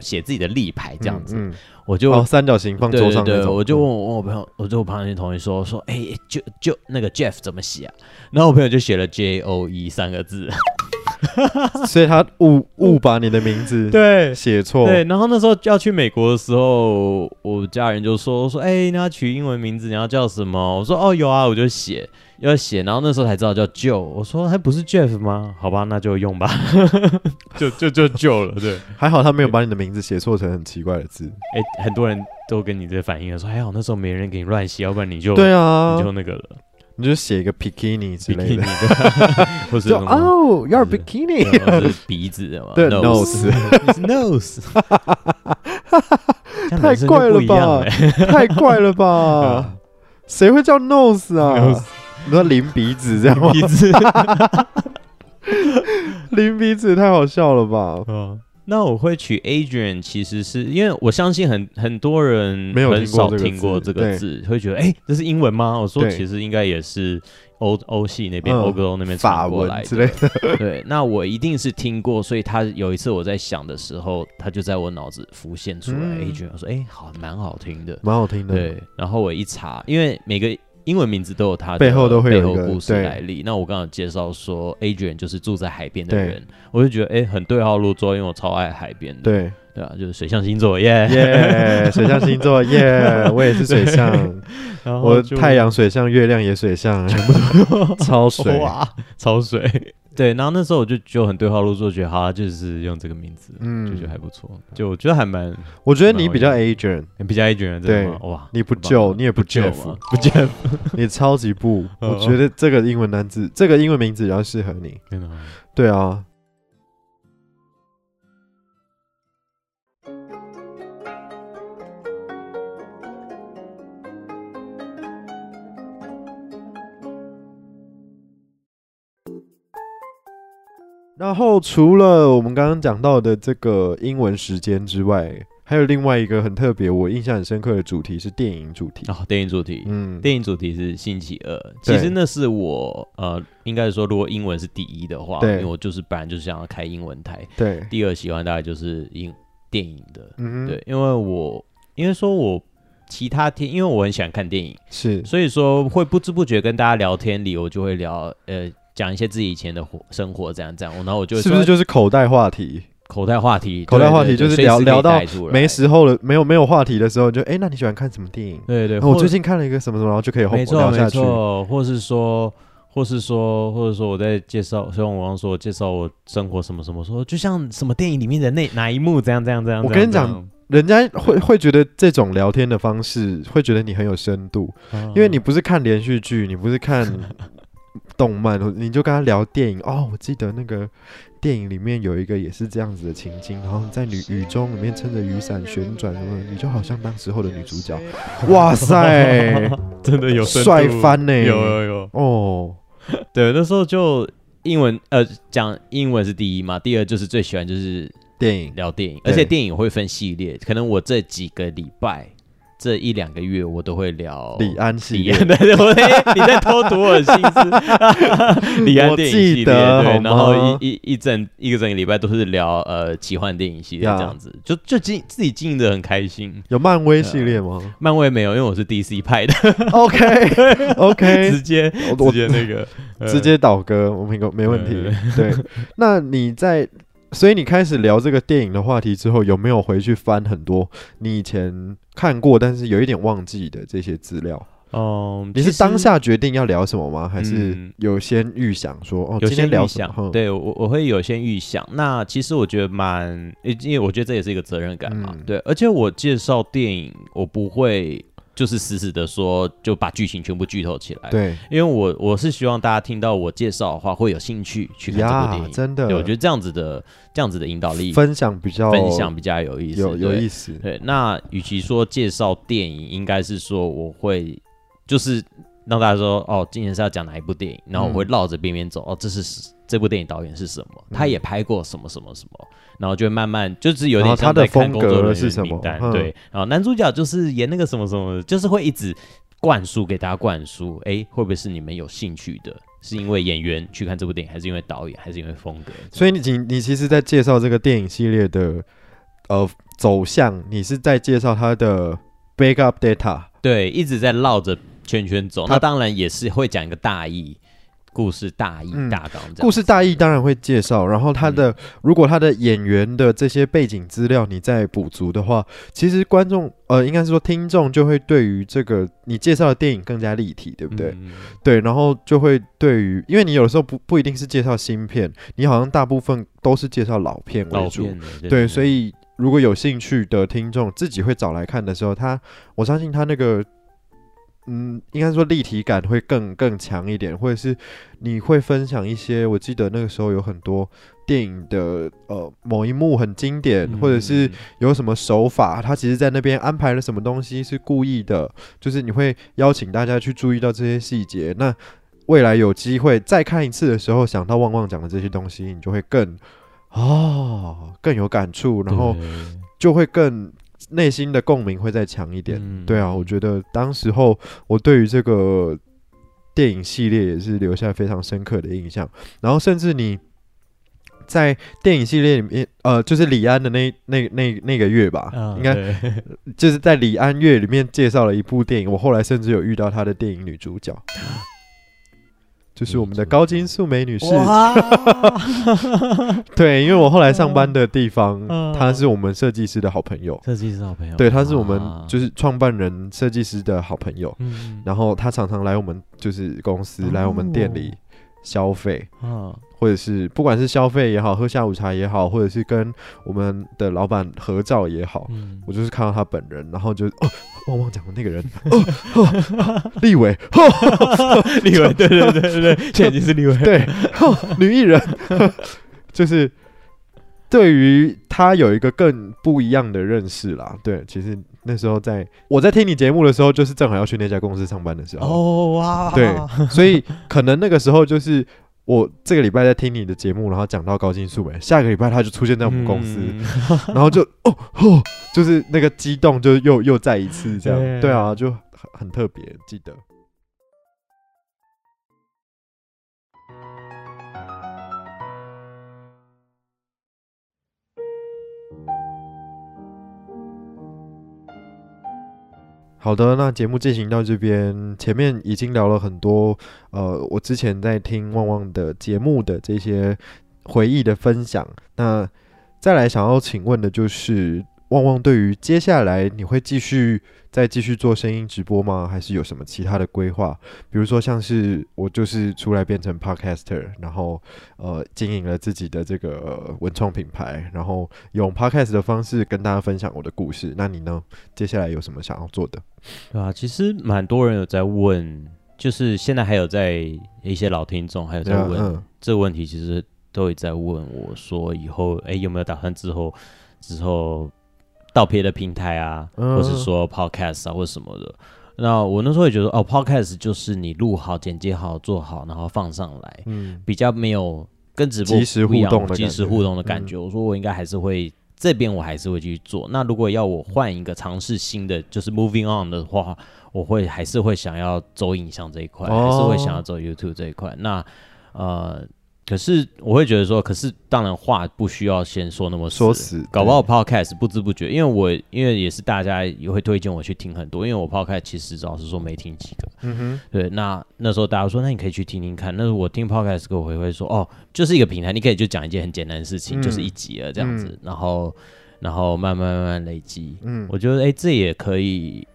Speaker 4: 写自己的立牌这样子，
Speaker 3: 嗯，嗯
Speaker 4: 我就。
Speaker 3: 哦，三角形放
Speaker 4: 对
Speaker 3: 桌
Speaker 4: 对
Speaker 3: 上那
Speaker 4: 对，
Speaker 3: 种，嗯
Speaker 4: 我就问我问我朋友，我就我旁边同学说说，哎、就就那个 Jeff 怎么写啊？然后我朋友就写了 J O E 三个字，
Speaker 3: 嗯，所以他误误把你的名字
Speaker 4: 对
Speaker 3: 写错，
Speaker 4: 对。然后那时候要去美国的时候，我家人就说说，哎、你要取英文名字，你要叫什么？我说哦，有啊，我就写要写。然后那时候才知道叫 Joe，我说还不是 Jeff 吗？好吧，那就用吧， 就就就 Joe 了。对，
Speaker 3: 还好他没有把你的名字写错成很奇怪的字。
Speaker 4: 哎、很多人都跟你这反应了，说还好那时候没人给你乱写，要不然你就
Speaker 3: 对啊
Speaker 4: 你，就那个了，
Speaker 3: 你就写一个 bikini 之
Speaker 4: 比基
Speaker 3: 类
Speaker 4: 尼
Speaker 3: 的，
Speaker 4: 的，或是
Speaker 3: 就
Speaker 4: 什么。
Speaker 3: 哦，you're
Speaker 4: 就是
Speaker 3: bikini，
Speaker 4: 或是鼻子的嘛，
Speaker 3: 对
Speaker 4: nose nose，这样男
Speaker 3: 太
Speaker 4: 生就
Speaker 3: 怪了
Speaker 4: 不一样
Speaker 3: 吧
Speaker 4: 欸
Speaker 3: 太怪了 吧？谁会叫 nose 啊
Speaker 4: Nose？
Speaker 3: 你说淋鼻子这样吗？
Speaker 4: 鼻子。
Speaker 3: 淋鼻子太好笑了吧？
Speaker 4: 哦，那我会取 Adrian，其实是因为我相信很很多人
Speaker 3: 没有
Speaker 4: 很
Speaker 3: 听过
Speaker 4: 少
Speaker 3: 这个
Speaker 4: 听过
Speaker 3: 字
Speaker 4: 这个
Speaker 3: 对
Speaker 4: 字，会觉得哎、诶这是英文吗？我说
Speaker 3: 对
Speaker 4: 其实应该也是欧欧系那边
Speaker 3: 嗯
Speaker 4: 欧洲那边
Speaker 3: 法
Speaker 4: 传过
Speaker 3: 文
Speaker 4: 来
Speaker 3: 之类的，
Speaker 4: 的。 对，那我一定是听过，所以他有一次我在想的时候，他就在我脑子浮现出来、
Speaker 3: 嗯
Speaker 4: Adrian，我说哎、诶好蛮好听的。
Speaker 3: 蛮好听的。
Speaker 4: 对，然后我一查，因为每个英文名字都有它的
Speaker 3: 背后都会有
Speaker 4: 背
Speaker 3: 一
Speaker 4: 后
Speaker 3: 个
Speaker 4: 故事
Speaker 3: 对
Speaker 4: 来历。那我刚刚有介绍说，Adrian 就是住在海边的
Speaker 3: 对
Speaker 4: 人，我就觉得哎、很对号入座，因为我超爱海边的。
Speaker 3: 对，
Speaker 4: 对啊，就是水象星座耶。
Speaker 3: 耶，水象星座 耶，我也是水象，
Speaker 4: 然后
Speaker 3: 我
Speaker 4: 就
Speaker 3: 太阳水象，月亮也水象，全部都超水。
Speaker 4: 哇，超水。对，然后那时候我就就很对号入座，觉得好、啊，就是用这个名字，就觉得
Speaker 3: 嗯，
Speaker 4: 还不错，就我觉得还蛮
Speaker 3: 我觉得你比较 agent，
Speaker 4: 很比较 A 卷的，真的吗哇，
Speaker 3: 你不救，你也不
Speaker 4: 不啊救
Speaker 3: Jeff，
Speaker 4: 嘛，不救，
Speaker 3: 你超级不。
Speaker 4: 哦
Speaker 3: 我觉得这个英文单字，这个英文名字比较适合你。
Speaker 4: 真的吗。
Speaker 3: 对啊，然后除了我们刚刚讲到的这个英文时间之外，还有另外一个很特别，我印象很深刻的主题是电影主题。
Speaker 4: 哦，电影主题，
Speaker 3: 嗯，
Speaker 4: 电影主题是星期二，
Speaker 3: 对
Speaker 4: 其实那是我呃，应该是说，如果英文是第一的话，因
Speaker 3: 对
Speaker 4: 为我就是本来就是想要开英文台，
Speaker 3: 对，
Speaker 4: 第二喜欢大概就是英电影的，
Speaker 3: 嗯哼，
Speaker 4: 对，因为我因为说我其他天，因为我很喜欢看电影，
Speaker 3: 是，
Speaker 4: 所以说会不知不觉跟大家聊天里，我就会聊呃讲一些自己以前的活生活怎样怎样，然后我就会
Speaker 3: 是不是
Speaker 4: 说
Speaker 3: 就是口袋话题？
Speaker 4: 口袋话题，
Speaker 3: 口袋
Speaker 4: 对
Speaker 3: 话
Speaker 4: 对
Speaker 3: 题
Speaker 4: 对
Speaker 3: 就是
Speaker 4: 随时
Speaker 3: 聊
Speaker 4: 可以
Speaker 3: 聊到
Speaker 4: 带出来
Speaker 3: 没时候了，没有没有话题的时候就，哎，那你喜欢看什么电影？
Speaker 4: 对对，
Speaker 3: 那我
Speaker 4: 或
Speaker 3: 最近看了一个什么什么，然后就可以后
Speaker 4: 没错
Speaker 3: 聊下
Speaker 4: 没
Speaker 3: 去。
Speaker 4: 错，或是说。或是说，或者说我在介绍，像我刚刚说我介绍我生活什么什么，说就像什么电影里面的那哪一幕怎样怎样怎样。
Speaker 3: 我跟你
Speaker 4: 怎
Speaker 3: 讲
Speaker 4: 样，
Speaker 3: 人家会会觉得这种聊天的方式，会觉得你很有深度，
Speaker 4: 怎样嗯
Speaker 3: 因为你不是看连续剧，你不是 看动漫，你就跟他聊电影。哦，我记得那个电影里面有一个也是这样子的情境，然后你在雨雨中里面撑着雨伞旋转什么的，你就好像当时候的女主 角。哇塞，
Speaker 4: 真的有深
Speaker 3: 帅
Speaker 4: 度
Speaker 3: 翻呢！
Speaker 4: 有有有，
Speaker 3: 哦，
Speaker 4: 对，那时候就英文，呃，讲英文是第一嘛，第二就是最喜欢就是
Speaker 3: 电影
Speaker 4: 聊电影，
Speaker 3: 对
Speaker 4: 而且电影会分系列，可能我这几个礼拜、这一两个月我都会聊
Speaker 3: 李安系
Speaker 4: 哦李
Speaker 3: 列
Speaker 4: 安，。 对，我哎你在偷读我的心思。 李安电影系
Speaker 3: 我记
Speaker 4: 列，
Speaker 3: 得
Speaker 4: 对，
Speaker 3: 好吗
Speaker 4: 然后一一一整一个整个礼拜都是聊呃奇幻电影系列
Speaker 3: 呀
Speaker 4: 这样子，就就经自己经营的很开心。
Speaker 3: 有漫威系列 吗
Speaker 4: 漫威没有，因为我是 DC 派的，
Speaker 3: ？OK
Speaker 4: 直
Speaker 3: OK，
Speaker 4: 接
Speaker 3: 我
Speaker 4: 直接那个呃
Speaker 3: 直接倒戈，我没没问题。对，那你在，所以你开始聊这个电影的话题之后，有没有回去翻很多你以前看过但是有一点忘记的这些资料？
Speaker 4: 哦，
Speaker 3: 你
Speaker 4: 其
Speaker 3: 是
Speaker 4: 实
Speaker 3: 当下决定要聊什么吗？还是
Speaker 4: 嗯
Speaker 3: 有先预想说哦，今
Speaker 4: 有些
Speaker 3: 天聊
Speaker 4: 预
Speaker 3: 什
Speaker 4: 想，
Speaker 3: 么？嗯，
Speaker 4: 对我我会有些预想。那其实我觉得蛮，因因为我觉得这也是一个责任感嘛，
Speaker 3: 嗯
Speaker 4: 对。而且我介绍电影，我不会就是死死的说就把剧情全部剧透起来，。
Speaker 3: 对
Speaker 4: 因为我我是希望大家听到我介绍的话会有兴趣去看这部电
Speaker 3: 呀，
Speaker 4: 影，
Speaker 3: 真的
Speaker 4: 对，我觉得这样子的这样子的引导力
Speaker 3: 分享比较
Speaker 4: 分享比较有意思，
Speaker 3: 有有
Speaker 4: 对
Speaker 3: 意思。
Speaker 4: 对，那与其说介绍电影，应该是说我会就是让大家说哦，今年是要讲哪一部电影，然后我会绕着边边走，哦，这是这部电影导演是什么，
Speaker 3: 嗯
Speaker 4: 他也拍过什么什么什么，然后就会慢慢就是有
Speaker 3: 然后
Speaker 4: 点
Speaker 3: 他
Speaker 4: 像
Speaker 3: 的
Speaker 4: 在看
Speaker 3: 风
Speaker 4: 工
Speaker 3: 格
Speaker 4: 作人员
Speaker 3: 是什
Speaker 4: 名
Speaker 3: 么
Speaker 4: 单，
Speaker 3: 嗯
Speaker 4: 对，然后男主角就是演那个什么什么的，就是会一直灌输给大家灌输，哎，会不会是你们有兴趣的？是因为演员去看这部电影，还是因为导演，还是因为风格？
Speaker 3: 所以你你你其实，在介绍这个电影系列的呃走向，你是在介绍它的 backup data。
Speaker 4: 对，一直在绕着圈圈走。
Speaker 3: 他
Speaker 4: 那当然也是会讲一个大意，故事大意
Speaker 3: 嗯
Speaker 4: 大纲这样。嗯
Speaker 3: 故事大意当然会介绍，然后它的、如果它的演员的这些背景资料你再补足的话，其实观众呃应该是说听众就会对于这个你介绍的电影更加立体，对不对？
Speaker 4: 嗯
Speaker 3: 对，然后就会对于，因为你有的时候不不一定是介绍新片，你好像大部分都是介绍老片为
Speaker 4: 老
Speaker 3: 主，
Speaker 4: 片的对
Speaker 3: 对，所以如果有兴趣的听众自己会找来看的时候，他我相信他那个，嗯，应该说立体感会更更强一点，或者是你会分享一些，我记得那个时候有很多电影的呃某一幕很经典，
Speaker 4: 嗯
Speaker 3: 或者是有什么手法，他其实在那边安排了什么东西是故意的，就是你会邀请大家去注意到这些细节。那未来有机会再看一次的时候，想到旺旺讲的这些东西，你就会更哦更有感触，然
Speaker 4: 嗯
Speaker 3: 后就会更内心的共鸣会再强一点。
Speaker 4: 嗯
Speaker 3: 对啊，我觉得当时候我对于这个电影系列也是留下非常深刻的印象。然后甚至你在电影系列里面，呃，就是李安的那那那那个月吧，
Speaker 4: 啊嗯
Speaker 3: 应该
Speaker 4: 该
Speaker 3: 就是在李安月里面介绍了一部电影，我后来甚至有遇到他的电影女主 角。就是我们的高金素梅女士，对，因为我后来上班的地方，
Speaker 4: 嗯
Speaker 3: 她是我们设计师的好朋友，
Speaker 4: 设计师好朋友，
Speaker 3: 对，她是我们
Speaker 4: 啊
Speaker 3: 就是创办人设计师的好朋友，
Speaker 4: 嗯
Speaker 3: 然后她常常来我们就是公司
Speaker 4: 哦
Speaker 3: 来我们店里消费，
Speaker 4: 啊
Speaker 3: 或者是不管是消费也好，喝下午茶也好，或者是跟我们的老板合照也好，
Speaker 4: 嗯
Speaker 3: 我就是看到他本人，然后就哦，旺旺讲的那个 人，哦，哦立伟，哦，
Speaker 4: 立伟，对对对 对对，现在已经是立伟，
Speaker 3: 对， 哦，女艺人，就是对于他有一个更不一样的认识啦。对，其实那时候在我在听你节目的时候，就是正好要去那家公司上班的时候，
Speaker 4: 哦哇，
Speaker 3: 对，所以可能那个时候就是。我这个礼拜在听你的节目，然后讲到高金素梅，下个礼拜他就出现在我们公司，
Speaker 4: 嗯
Speaker 3: 然后就哦哦，就是那个激动，就又又再一次这样，
Speaker 4: 对
Speaker 3: 对啊，就很很特别，记得。好的，那节目进行到这边，前面已经聊了很多，呃，我之前在听旺旺的节目的这些回忆的分享。那再来想要请问的就是，旺旺对于接下来你会继续再继续做声音直播吗？还是有什么其他的规划？比如说像是我就是出来变成 podcaster，然后呃经营了自己的这个呃文创品牌，然后用 podcast 的方式跟大家分享我的故事。那你呢？接下来有什么想要做的？
Speaker 4: 对啊，其实蛮多人有在问，就是现在还有在一些老听众还有在
Speaker 3: 嗯
Speaker 4: 问，
Speaker 3: 嗯
Speaker 4: 这个问题其实都有在问我说，以后哎有没有打算之后之后到别的平台啊，
Speaker 3: 嗯
Speaker 4: 或是说 podcast 啊或什么的。那我那时候也觉得哦，podcast 就是你录好、剪接好、做好，然后放上来，
Speaker 3: 嗯，
Speaker 4: 比较没有跟直播
Speaker 3: 即时
Speaker 4: 不一样
Speaker 3: 互动的
Speaker 4: 即时
Speaker 3: 感觉嗯
Speaker 4: 互动的感觉。我说我应该还是会这边我还是会继续做。那如果要我换一个尝试新的，就是 moving on 的话，我会还是会想要走影像这一块，
Speaker 3: 哦
Speaker 4: 还是会想要走 YouTube 这一块。那呃。可是我会觉得说，可是当然话不需要先说那么死
Speaker 3: 说死
Speaker 4: 搞不好 podcast 不知不觉，因为我因为也是大家也会推荐我去听很多，因为我 podcast 其实老实说没听几个，
Speaker 3: 对嗯
Speaker 4: 对，那那时候大家说，那你可以去听听看。那时候我听 podcast 给我回馈说，哦，就是一个平台，你可以就讲一件很简单的事情，
Speaker 3: 嗯
Speaker 4: 就是一集了这样子，
Speaker 3: 嗯
Speaker 4: 然后然后慢慢慢慢累积。
Speaker 3: 哼，嗯，
Speaker 4: 我觉得，哎、这也可以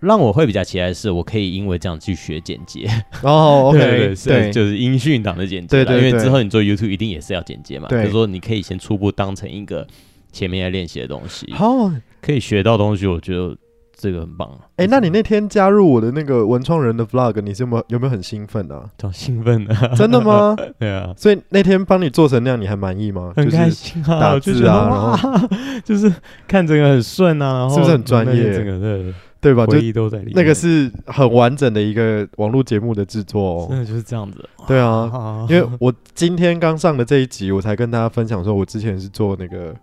Speaker 4: 让我会比较期待的是，我可以因为这样去学剪辑。
Speaker 3: 哦，OK，
Speaker 4: 对
Speaker 3: 对
Speaker 4: 对是就是音讯档的剪辑
Speaker 3: 对
Speaker 4: 啦，
Speaker 3: 对
Speaker 4: 因为
Speaker 3: 对
Speaker 4: 之后你做 YouTube 一定也是要剪接嘛。
Speaker 3: 对
Speaker 4: 可是说你可以先初步当成一个前面要练习的东西，
Speaker 3: 好，
Speaker 4: 可以学到东西，我觉得这个很棒。啊
Speaker 3: 哎、那你那天加入我的那个文创人的 vlog，你是有没有有没有很兴奋啊？
Speaker 4: 好兴奋 啊！
Speaker 3: 真的吗？
Speaker 4: 对啊。
Speaker 3: 所以那天帮你做成那样，你还满意吗？
Speaker 4: 很开
Speaker 3: 就是
Speaker 4: 心啊，
Speaker 3: 打
Speaker 4: 我就
Speaker 3: 字
Speaker 4: 觉得
Speaker 3: 啊然
Speaker 4: 哇，就是看整个很顺啊，然后
Speaker 3: 是不是很专业
Speaker 4: 那个整个对
Speaker 3: 对吧？就
Speaker 5: 回忆都在里面。
Speaker 3: 那个是很完整的一个网络节目的制作
Speaker 5: 真
Speaker 3: 哦。
Speaker 5: 的就是这样子，
Speaker 3: 对 啊，
Speaker 4: 哦
Speaker 5: 啊
Speaker 3: 因为我今天刚上的这一集，我才跟大家分享说，我之前是做那个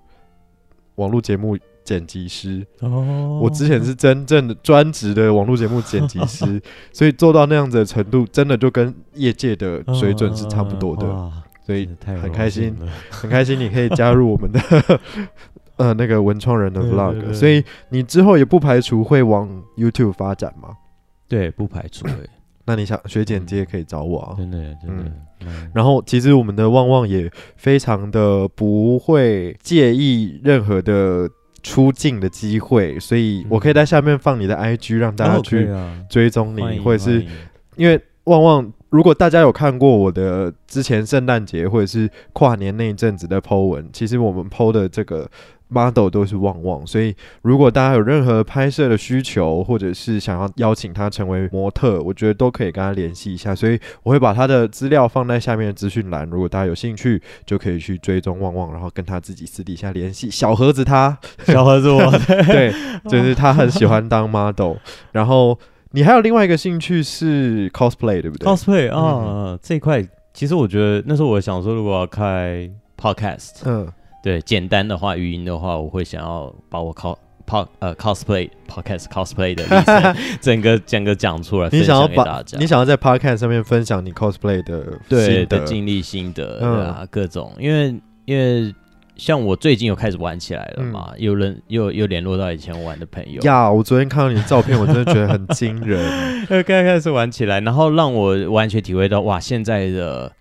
Speaker 3: 网络节目剪辑师，
Speaker 5: 哦，
Speaker 3: 我之前是真正的专职的网络节目剪辑 师，所以做到那样子的程度，真的就跟业界的水准是差不多
Speaker 4: 哦
Speaker 3: 的，
Speaker 5: 哇
Speaker 3: 所以
Speaker 5: 真的太
Speaker 3: 很
Speaker 5: 荣
Speaker 3: 开心
Speaker 5: 幸了
Speaker 3: 很开心你可以加入我们的 呃那个文创人的
Speaker 5: 对对
Speaker 3: vlog，
Speaker 5: 对
Speaker 3: 所以你之后也不排除会往 YouTube 发展嘛？
Speaker 4: 对，不排除、欸，
Speaker 3: 那你想学剪接可以找我啊。
Speaker 4: 真的真的。嗯
Speaker 3: 然后其实我们的旺旺也非常的不会介意任何的出镜的机会，所以我可以在下面放你的 IG 让大家
Speaker 5: 哦可以
Speaker 3: 去
Speaker 5: 啊
Speaker 3: 追踪
Speaker 5: 欢
Speaker 3: 你，
Speaker 5: 迎
Speaker 3: 或者是
Speaker 5: 欢迎
Speaker 3: 因为旺旺，如果大家有看过我的之前圣诞节或者是跨年那一阵子的 Po 文，其实我们 Po 的这个 model 都是旺旺，所以如果大家有任何拍摄的需求，或者是想要邀请他成为模特，我觉得都可以跟他联系一下。所以我会把他的资料放在下面的资讯栏，如果大家有兴趣，就可以去追踪旺旺，然后跟他自己私底下联系。小盒子他，
Speaker 5: 小盒子我，
Speaker 3: 对，就是他很喜欢当 model，然后。你还有另外一个兴趣是 cosplay，对不对嗯
Speaker 5: cosplay 啊、这一块，其实我觉得那时候我想说，如果要开 podcast，
Speaker 3: 嗯，
Speaker 4: 对，简单的话，语音的话，我会想要把我 cos po 呃 cosplay podcast cosplay 的历程 整个整个讲出来，
Speaker 3: 你
Speaker 4: 分
Speaker 3: 想要
Speaker 4: 享给
Speaker 3: 把
Speaker 4: 大家。
Speaker 3: 你想要在 podcast 上面分享你 cosplay 的
Speaker 4: 对
Speaker 3: 心
Speaker 4: 的
Speaker 3: 得，
Speaker 4: 经历心得，
Speaker 3: 嗯
Speaker 4: 对啊，各种，因为因为像我最近有开始玩起来了嘛，有人又又联络到以前玩的朋友，
Speaker 3: 嗯呀，我昨天看到你的照片，我真的觉得很惊 人。
Speaker 4: 呃，刚 开始玩起来，然后让我完全体会到，哇，现在的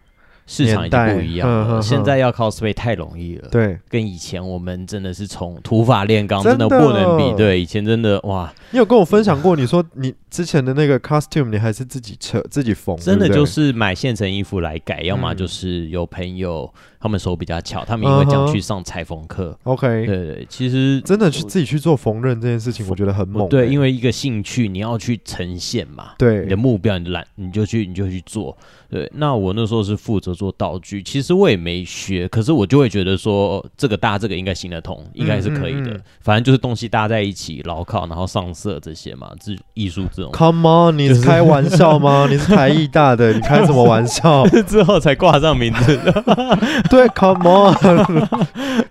Speaker 4: 市场已经不一样
Speaker 3: 年代嗯嗯
Speaker 4: 了，
Speaker 3: 嗯
Speaker 4: 现在要 cosplay 太容易了。
Speaker 3: 对
Speaker 4: 跟以前我们真的是从土法炼钢，
Speaker 3: 真的
Speaker 4: 真的不能比。对，以前真的哇，
Speaker 3: 你有跟我分享过，你说你之前的那个 costume 你还是自己扯自己缝，
Speaker 4: 真的
Speaker 3: 对不对
Speaker 4: 就是买现成衣服来改，要么
Speaker 3: 嗯
Speaker 4: 就是有朋友他们手比较巧，他们也会这样
Speaker 3: 嗯哼
Speaker 4: 去上裁缝课。对
Speaker 3: OK，
Speaker 4: 对，其实
Speaker 3: 真的去自己去做缝纫这件事情，我觉得很猛欸。
Speaker 4: 对，因
Speaker 3: 为
Speaker 4: 为一个兴趣你要去呈现嘛，你的
Speaker 3: 对
Speaker 4: 目标，你懒你就去你就去做。对，那我那时候是负责做道具，其实我也没学，可是我就会觉得说这个搭这个应该行得通，应该是可以的。
Speaker 3: 嗯嗯
Speaker 4: 反正就是东西搭在一起，牢靠，然后上色这些嘛，这艺术这种。
Speaker 3: ，Come on，你是开玩笑吗？你是台艺大的，你开什么玩笑？
Speaker 4: 之后才挂上名 字，
Speaker 3: 对，Come on，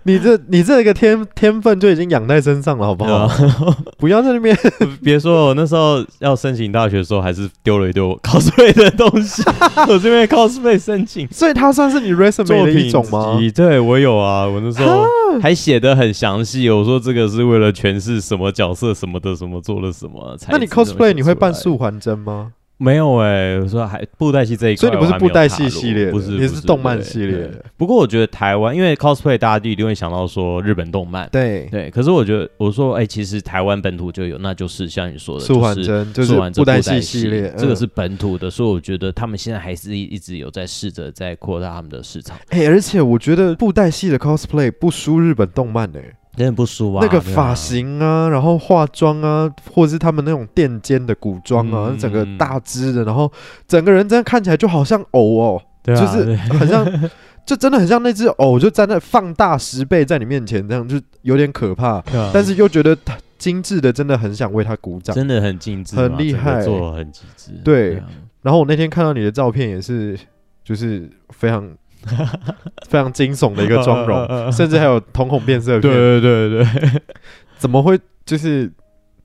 Speaker 3: 你 这你这个天天分就已经养在身上了，好不好？
Speaker 4: 啊
Speaker 3: 不要在那边
Speaker 5: 别说我那时候要申请大学的时候，还是丢了一堆我 cosplay 的东西，我这边 cosplay 申请
Speaker 3: 所以它算是你 resume
Speaker 5: 作
Speaker 3: 的一
Speaker 5: 品
Speaker 3: 种吗
Speaker 5: 集？对我有啊，我那时候还写的很详细，我说这个是为了诠释什么角色什么的，什么做了什么。才
Speaker 3: 那你
Speaker 5: 这么写出来
Speaker 3: cosplay 你会扮素还真吗？
Speaker 5: 没有哎、我说还布袋戏这一
Speaker 3: 所
Speaker 5: 块我
Speaker 3: 以
Speaker 5: 还
Speaker 3: 你
Speaker 5: 没
Speaker 3: 不是
Speaker 5: 有踏入，
Speaker 3: 布袋戏系列的，
Speaker 5: 不是
Speaker 3: 你
Speaker 5: 不
Speaker 3: 是动漫系。
Speaker 5: 对
Speaker 3: 列
Speaker 5: 对
Speaker 3: 的。
Speaker 5: 不过我觉得台湾，因为 cosplay 大家一定会想到说日本动漫，
Speaker 3: 对，
Speaker 4: 对。可是我觉得，我说，哎、其实台湾本土就有，那就是像你说的，
Speaker 3: 素还
Speaker 4: 就是
Speaker 3: 真就
Speaker 4: 做
Speaker 3: 是
Speaker 4: 完这
Speaker 3: 布
Speaker 4: 布袋
Speaker 3: 戏系列，
Speaker 4: 这个
Speaker 3: 嗯
Speaker 4: 是本土的，所以我觉得他们现在还是一一直有在试着在扩大他们的市场，
Speaker 3: 哎，而且我觉得布袋戏的 cosplay 不输日本动漫诶，
Speaker 4: 真的不输啊。
Speaker 3: 那个
Speaker 4: 对啊
Speaker 3: 发型啊，然后化妆啊，或者是他们那种垫肩的古装啊，
Speaker 5: 嗯
Speaker 3: 整个大只的，然后整个人真的看起来就好像偶哦，
Speaker 5: 对啊，
Speaker 3: 就是很像，就真的很像那只偶，就在那放大十倍在你面前，这样就有点可怕。
Speaker 5: 对啊
Speaker 3: 但是又觉得它精致的，真的很想为他鼓掌。
Speaker 4: 嗯真的很精致嘛，
Speaker 3: 很厉
Speaker 5: 真的
Speaker 3: 害
Speaker 5: 做得很极致。
Speaker 3: 对
Speaker 4: 啊
Speaker 3: 然后我那天看到你的照片，也是就是非 常非常惊悚的一个妆容，甚至还有瞳孔变色
Speaker 5: 对
Speaker 3: 片。
Speaker 5: 对对对，
Speaker 3: 怎么会就是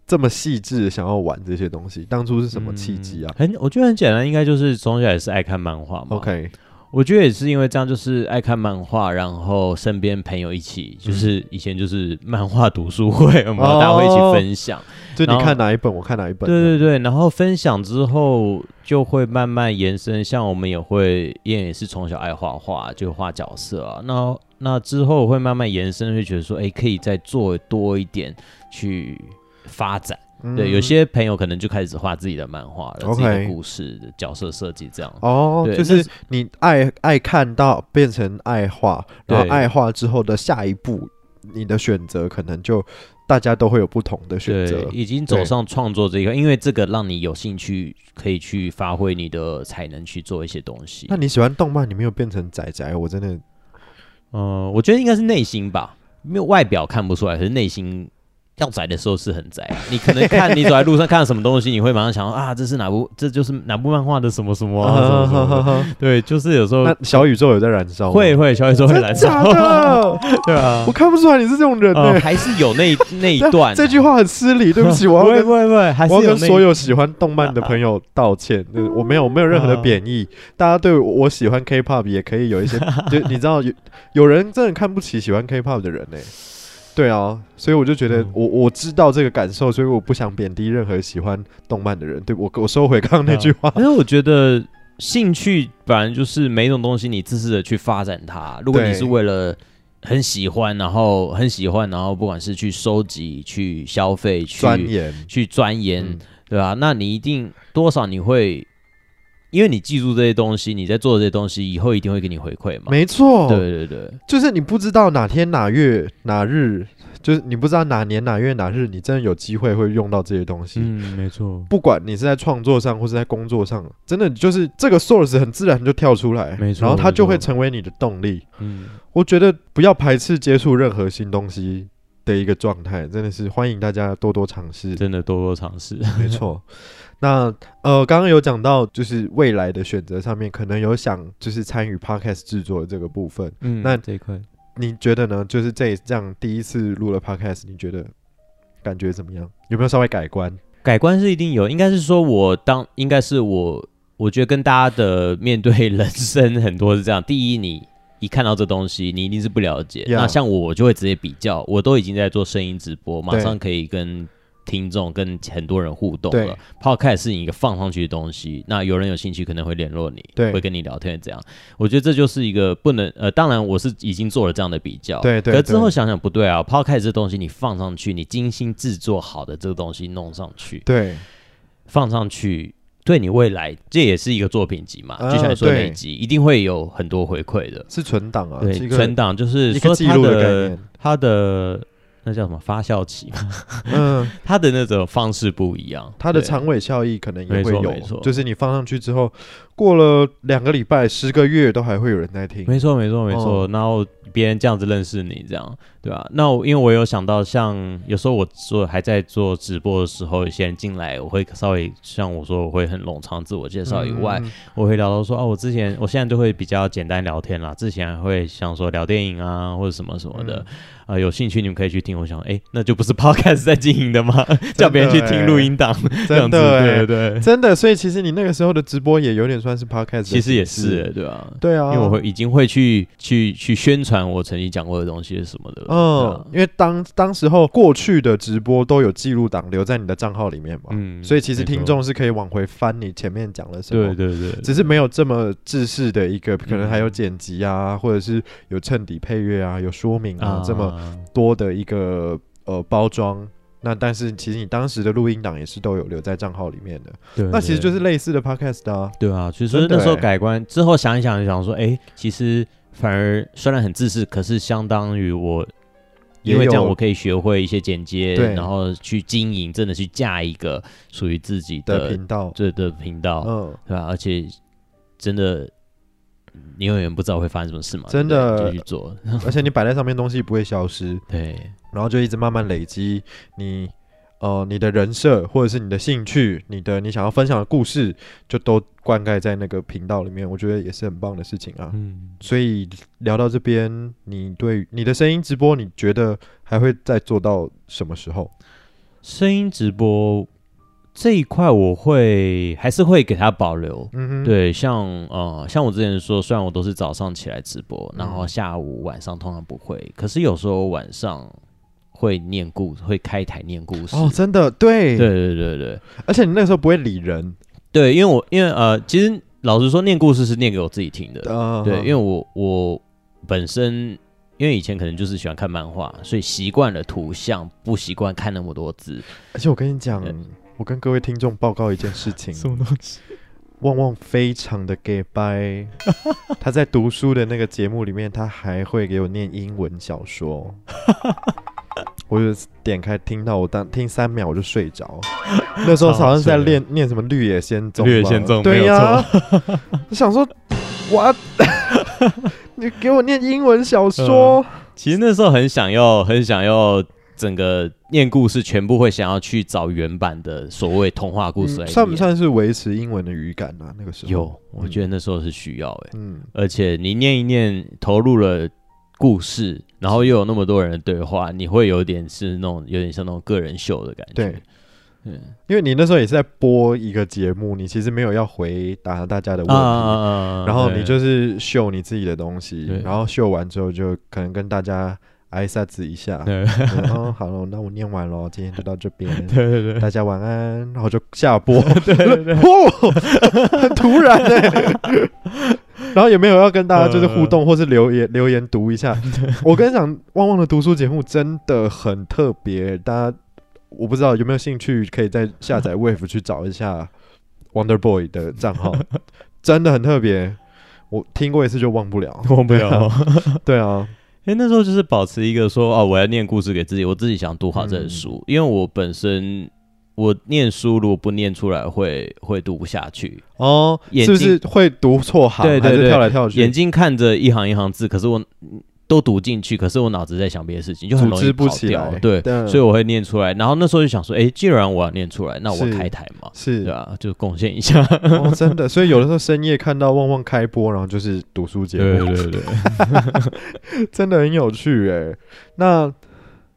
Speaker 3: 这么细致的想要玩这些东西？当初是什么契机啊、
Speaker 4: 很我觉得很简单，应该就是从小也是爱看漫画嘛。
Speaker 3: o k
Speaker 4: 我觉得也是因为这样，就是爱看漫画，然后身边朋友一
Speaker 3: 嗯
Speaker 4: 起，就是以前就是漫画读书会，我们
Speaker 3: 哦
Speaker 4: 大家会一起分享。
Speaker 3: 就
Speaker 4: 然
Speaker 3: 你
Speaker 4: 后
Speaker 3: 看哪一本，我看哪一本。
Speaker 4: 对对对，然后分享之后就会慢慢延伸，像我们也会，燕也是从小爱画画，就画角色啊。那那之后会慢慢延伸，会觉得说，哎，可以再做多一点去发展。
Speaker 3: 嗯
Speaker 4: 对，有些朋友可能就开始画自己的漫画了，自己
Speaker 3: OK
Speaker 4: 的故事、角色设计这样。
Speaker 3: 哦，
Speaker 4: 对
Speaker 3: 就
Speaker 4: 那
Speaker 3: 是
Speaker 4: 是
Speaker 3: 你爱爱看到变成爱画，然后
Speaker 4: 对
Speaker 3: 爱画之后的下一步，你的选择可能就大家都会有不同的选
Speaker 4: 对
Speaker 3: 择，。
Speaker 4: 已经走
Speaker 3: 对
Speaker 4: 上创作这一块，因为这个让你有兴趣，可以去发挥你的才能去做一些东西
Speaker 3: 那。你喜欢动漫，你没有变成仔仔，我真的
Speaker 4: 呃嗯、我觉得应该是内心吧，没有外表看不出来，可是内心要宅的时候是很宅啊，你可能看你走在路上看到什么东西，你会马上想到啊，这是哪部，这就是哪部漫画的什么什么啊，什么什么的。对，就是有时候
Speaker 3: 那小宇宙有在燃烧吗，
Speaker 4: 会会小宇宙会
Speaker 3: 真
Speaker 4: 燃
Speaker 3: 假
Speaker 4: 烧，
Speaker 3: 的？
Speaker 4: 对啊
Speaker 3: 我，看不出来你是这种人
Speaker 4: 呃
Speaker 3: 呢。
Speaker 4: 还是有那一那一段。
Speaker 3: 啊这句话很失礼，对不 起，我
Speaker 4: 不
Speaker 3: 要
Speaker 4: 会
Speaker 3: 跟
Speaker 4: 不会不会，还是
Speaker 3: 我要
Speaker 4: 有
Speaker 3: 跟
Speaker 4: 那
Speaker 3: 所有喜欢动漫的朋友道歉，就是我没有没有任何的贬义，大家对我喜欢 K-pop 也可以有一些， 就你知道有有人真的看不起喜欢 K-pop 的人呢、对啊，所以我就觉得
Speaker 4: 嗯
Speaker 3: 我我知道这个感受，所以我不想贬低任何喜欢动漫的人。对我我收回刚刚那句话，
Speaker 4: 因为我觉得兴趣反正就是每一种东西你自私的去发展它。如果
Speaker 3: 对
Speaker 4: 你是为了很喜欢，然后很喜欢，然后不管是去收集、去消费、去
Speaker 3: 钻研，
Speaker 4: 去钻研，
Speaker 3: 嗯
Speaker 4: 对吧、那你一定多少你会，因为你记住这些东西，你在做这些东西以后一定会给你回馈嘛。
Speaker 3: 没错，
Speaker 4: 对对对，
Speaker 3: 就是你不知道哪天哪月哪日，就是你不知道哪年哪月哪日，你真的有机会会用到这些东西。
Speaker 5: 嗯，没错，
Speaker 3: 不管你是在创作上或是在工作上，真的就是这个 source 很自然就跳出来，
Speaker 5: 没错
Speaker 3: 然后它
Speaker 5: 没错
Speaker 3: 就会成为你的动力。
Speaker 5: 嗯，
Speaker 3: 我觉得不要排斥接触任何新东西的一个状态，真的是欢迎大家多多尝试。
Speaker 4: 真的多多尝试。
Speaker 3: 没错。那呃，刚刚有讲到，就是未来的选择上面，可能有想就是参与 podcast 制作的这个部分，
Speaker 5: 嗯，
Speaker 3: 那
Speaker 5: 这一块，
Speaker 3: 你觉得呢？就是这这样第一次录了 podcast，你觉得感觉怎么样？有没有稍微改观？
Speaker 4: 改观是一定有，应该是说我当应该是我，我觉得跟大家的面对人生很多是这样。第一，你一看到这东西，你一定是不了解。
Speaker 3: Yeah
Speaker 4: 那像我，我就会直接比较，我都已经在做声音直播，马
Speaker 3: 对
Speaker 4: 上可以跟。听众跟很多人互动
Speaker 3: 对
Speaker 4: 了，Podcast 是你一个放上去的东西，那有人有兴趣可能会联络你，
Speaker 3: 对
Speaker 4: 会跟你聊天这样。我觉得这就是一个不能呃，当然我是已经做了这样的比较，
Speaker 3: 对对
Speaker 4: 可之后
Speaker 3: 对
Speaker 4: 想想不对啊，Podcast 这东西你放上去，你精心制作好的这个东西弄上去，
Speaker 3: 对，
Speaker 4: 放上去，对你未来这也是一个作品集嘛，
Speaker 3: 啊
Speaker 4: 就像你说的
Speaker 3: 对
Speaker 4: 那一集，一定会有很多回馈的。
Speaker 3: 是存档啊，是
Speaker 4: 对
Speaker 3: 一，个
Speaker 4: 存档就是
Speaker 3: 一个
Speaker 4: 说
Speaker 3: 记
Speaker 4: 它
Speaker 3: 录的概
Speaker 4: 的
Speaker 3: 念
Speaker 4: 它的那叫什么发酵期嘛，
Speaker 3: 嗯，
Speaker 4: 它的那种方式不一样，
Speaker 3: 它的
Speaker 4: 对
Speaker 3: 长尾效益可能也会
Speaker 4: 没错
Speaker 3: 有
Speaker 4: 没，错
Speaker 3: 就是你放上去之后，过了两个礼拜、十个月都还会有人在听。
Speaker 4: 没错，没错，没
Speaker 3: 哦
Speaker 4: 错。然后别人这样子认识你，这样对吧、那我因为我有想到像，有时候我做还在做直播的时候，有些人进来，我会稍微像我说，我会很冗长自我介绍以外，
Speaker 3: 嗯
Speaker 4: 我会聊到说，哦，我之前我现在都会比较简单聊天啦，之前还会想说聊电影啊或者什么什么的，
Speaker 3: 嗯
Speaker 4: 呃，有兴趣你们可以去听。我想，哎、那就不是 podcast 在经营的吗？ 叫别人去听录音档，这
Speaker 3: 欸真
Speaker 4: 样子，
Speaker 3: 的
Speaker 4: 对
Speaker 3: 欸，
Speaker 4: 对，
Speaker 3: 真的，所以其实你那个时候的直播也有点算是 podcast，的
Speaker 4: 其实也
Speaker 3: 形式
Speaker 4: 是，欸，对啊。
Speaker 3: 对啊，
Speaker 4: 因为我会已经会去去去宣传我曾经讲过的东西什么的，
Speaker 3: 嗯，因为当当时候过去的直播都有记录档留在你的账号里面嘛，
Speaker 5: 嗯，
Speaker 3: 所以其实
Speaker 5: 没错
Speaker 3: 听，众是可以往回翻你前面讲了什么
Speaker 5: 对。对对，
Speaker 3: 只是没有这么制式的一个，可能还有剪辑啊，或者是有衬底配乐啊，有说明啊，这么多的一个呃包装。那但是其实你当时的录音档也是都有留在账号里面的，
Speaker 5: 对，
Speaker 3: 那其实
Speaker 5: 对
Speaker 3: 就是类似的 podcast 啊。
Speaker 4: 对啊，所以
Speaker 3: 真
Speaker 4: 说
Speaker 3: 的
Speaker 4: 那时候
Speaker 3: 欸
Speaker 4: 改观之后想一想，想说，哎、其实反而虽然很自私，可是相当于我，
Speaker 3: 也
Speaker 4: 因为这样
Speaker 3: 有
Speaker 4: 我可以学会一些剪接，
Speaker 3: 对
Speaker 4: 然后去经营，真的去架一个属于自己
Speaker 3: 的
Speaker 4: 的
Speaker 3: 频道，
Speaker 4: 这的频
Speaker 5: 哦
Speaker 4: 道，
Speaker 3: 嗯，
Speaker 4: 对吧、而且真的，你永远不知道会发生什么事嘛，
Speaker 3: 真
Speaker 4: 对不对
Speaker 3: 的
Speaker 4: 就去做，
Speaker 3: 而且你摆在上面东西不会消失，
Speaker 4: 对，
Speaker 3: 然后就一直慢慢累积你呃你的人设或者是你的兴趣，你的你想要分享的故事，就都灌溉在那个频道里面，我觉得也是很棒的事情啊。
Speaker 5: 嗯，
Speaker 3: 所以聊到这边，你对你的声音直播，你觉得还会再做到什么时候？
Speaker 4: 声音直播这一块我会还是会给他保留，
Speaker 3: 嗯哼，
Speaker 4: 对，像呃，像我之前说，虽然我都是早上起来直播，然后
Speaker 3: 嗯
Speaker 4: 下午、晚上通常不会，可是有时候晚上会念故，会开台念故事。
Speaker 3: 哦，真的对
Speaker 4: 对对对对
Speaker 3: 而且你那个时候不会理人，
Speaker 4: 对，因为我因为呃，其实老实说，念故事是念给我自己听的。
Speaker 3: 呃，
Speaker 4: 对，因为我我本身因为以前可能就是喜欢看漫画，所以习惯了图像，不习惯看那么多字。
Speaker 3: 而且我跟你讲
Speaker 4: 对，
Speaker 3: 我跟各位听众报告一件事情，
Speaker 5: 什么东西？
Speaker 3: 旺旺非常的 gay 掰，他在读书的那个节目里面，他还会给我念英文小 说。我就点开听到，我当听三秒我就睡 着。那时候好像是在练念什么《绿野仙踪》吧。
Speaker 5: 绿野仙踪
Speaker 3: 对
Speaker 5: 没有
Speaker 3: 呀、 我想说， 我你给我念英文小说，
Speaker 5: 嗯
Speaker 4: 其实那时候很想要，很想要
Speaker 5: 整个念故事全部会想要去找原版的所谓童话故事来、
Speaker 3: 嗯算不？算是维持英文的语感啊？那个时候
Speaker 5: 有，我觉得那时候是需要哎、
Speaker 3: 嗯，
Speaker 5: 而且你念一念，投入了故事，然后又有那么多人的对话，你会有点是那种有点像那种个人秀的感觉。
Speaker 3: 对，
Speaker 5: 嗯
Speaker 3: 因为你那时候也是在播一个节目，你其实没有要回答大家的问题，
Speaker 5: 啊
Speaker 3: 然后你
Speaker 5: 对
Speaker 3: 就是秀你自己的东西
Speaker 5: 对，
Speaker 3: 然后秀完之后就可能跟大家挨下子一下，
Speaker 5: 对
Speaker 3: 然后好了，那我念完了，今天就到这 边，
Speaker 5: 对对对
Speaker 3: 大家晚安，然后就下 播，对对 对，很突然哎、 然后也没有要跟大家就是互
Speaker 5: 呃
Speaker 3: 动或是留言留言读一 下。我跟你讲，旺旺的读书节目真的很特别，大家我不知道有没有兴趣可以再下 载 Wave 去找一下 Wonder Boy 的账号，真的很特别。我听过一次就忘不了，
Speaker 6: 我没有，
Speaker 3: 对啊，
Speaker 5: 哦因为那时候就是保持一个说哦，我要念故事给自己，我自己想读好这
Speaker 4: 嗯
Speaker 5: 本书，因为我本身我念书如果不念出来会会读不下去，
Speaker 3: 哦，
Speaker 5: 眼
Speaker 3: 是不是会读错行，
Speaker 5: 对对
Speaker 3: 还是
Speaker 5: 对
Speaker 3: 跳来跳去，
Speaker 5: 眼睛看着一行一行字，可是我嗯都读进去，可是我脑子在想别的事情，就很
Speaker 3: 组
Speaker 5: 容易
Speaker 3: 织不
Speaker 5: 跑
Speaker 3: 起
Speaker 5: 掉
Speaker 3: 来，。
Speaker 5: 对，
Speaker 3: 嗯
Speaker 5: 所以我会念出来。然后那时候就想说，哎，既然我要念出来，那我
Speaker 3: 是
Speaker 5: 开台嘛，
Speaker 3: 是
Speaker 5: 对啊，就贡献一下。
Speaker 3: 哦，真的，所以有的时候深夜看到旺旺开播，然后就是读书节
Speaker 6: 对
Speaker 3: 目，
Speaker 6: 对对，
Speaker 3: 真的很有趣诶。那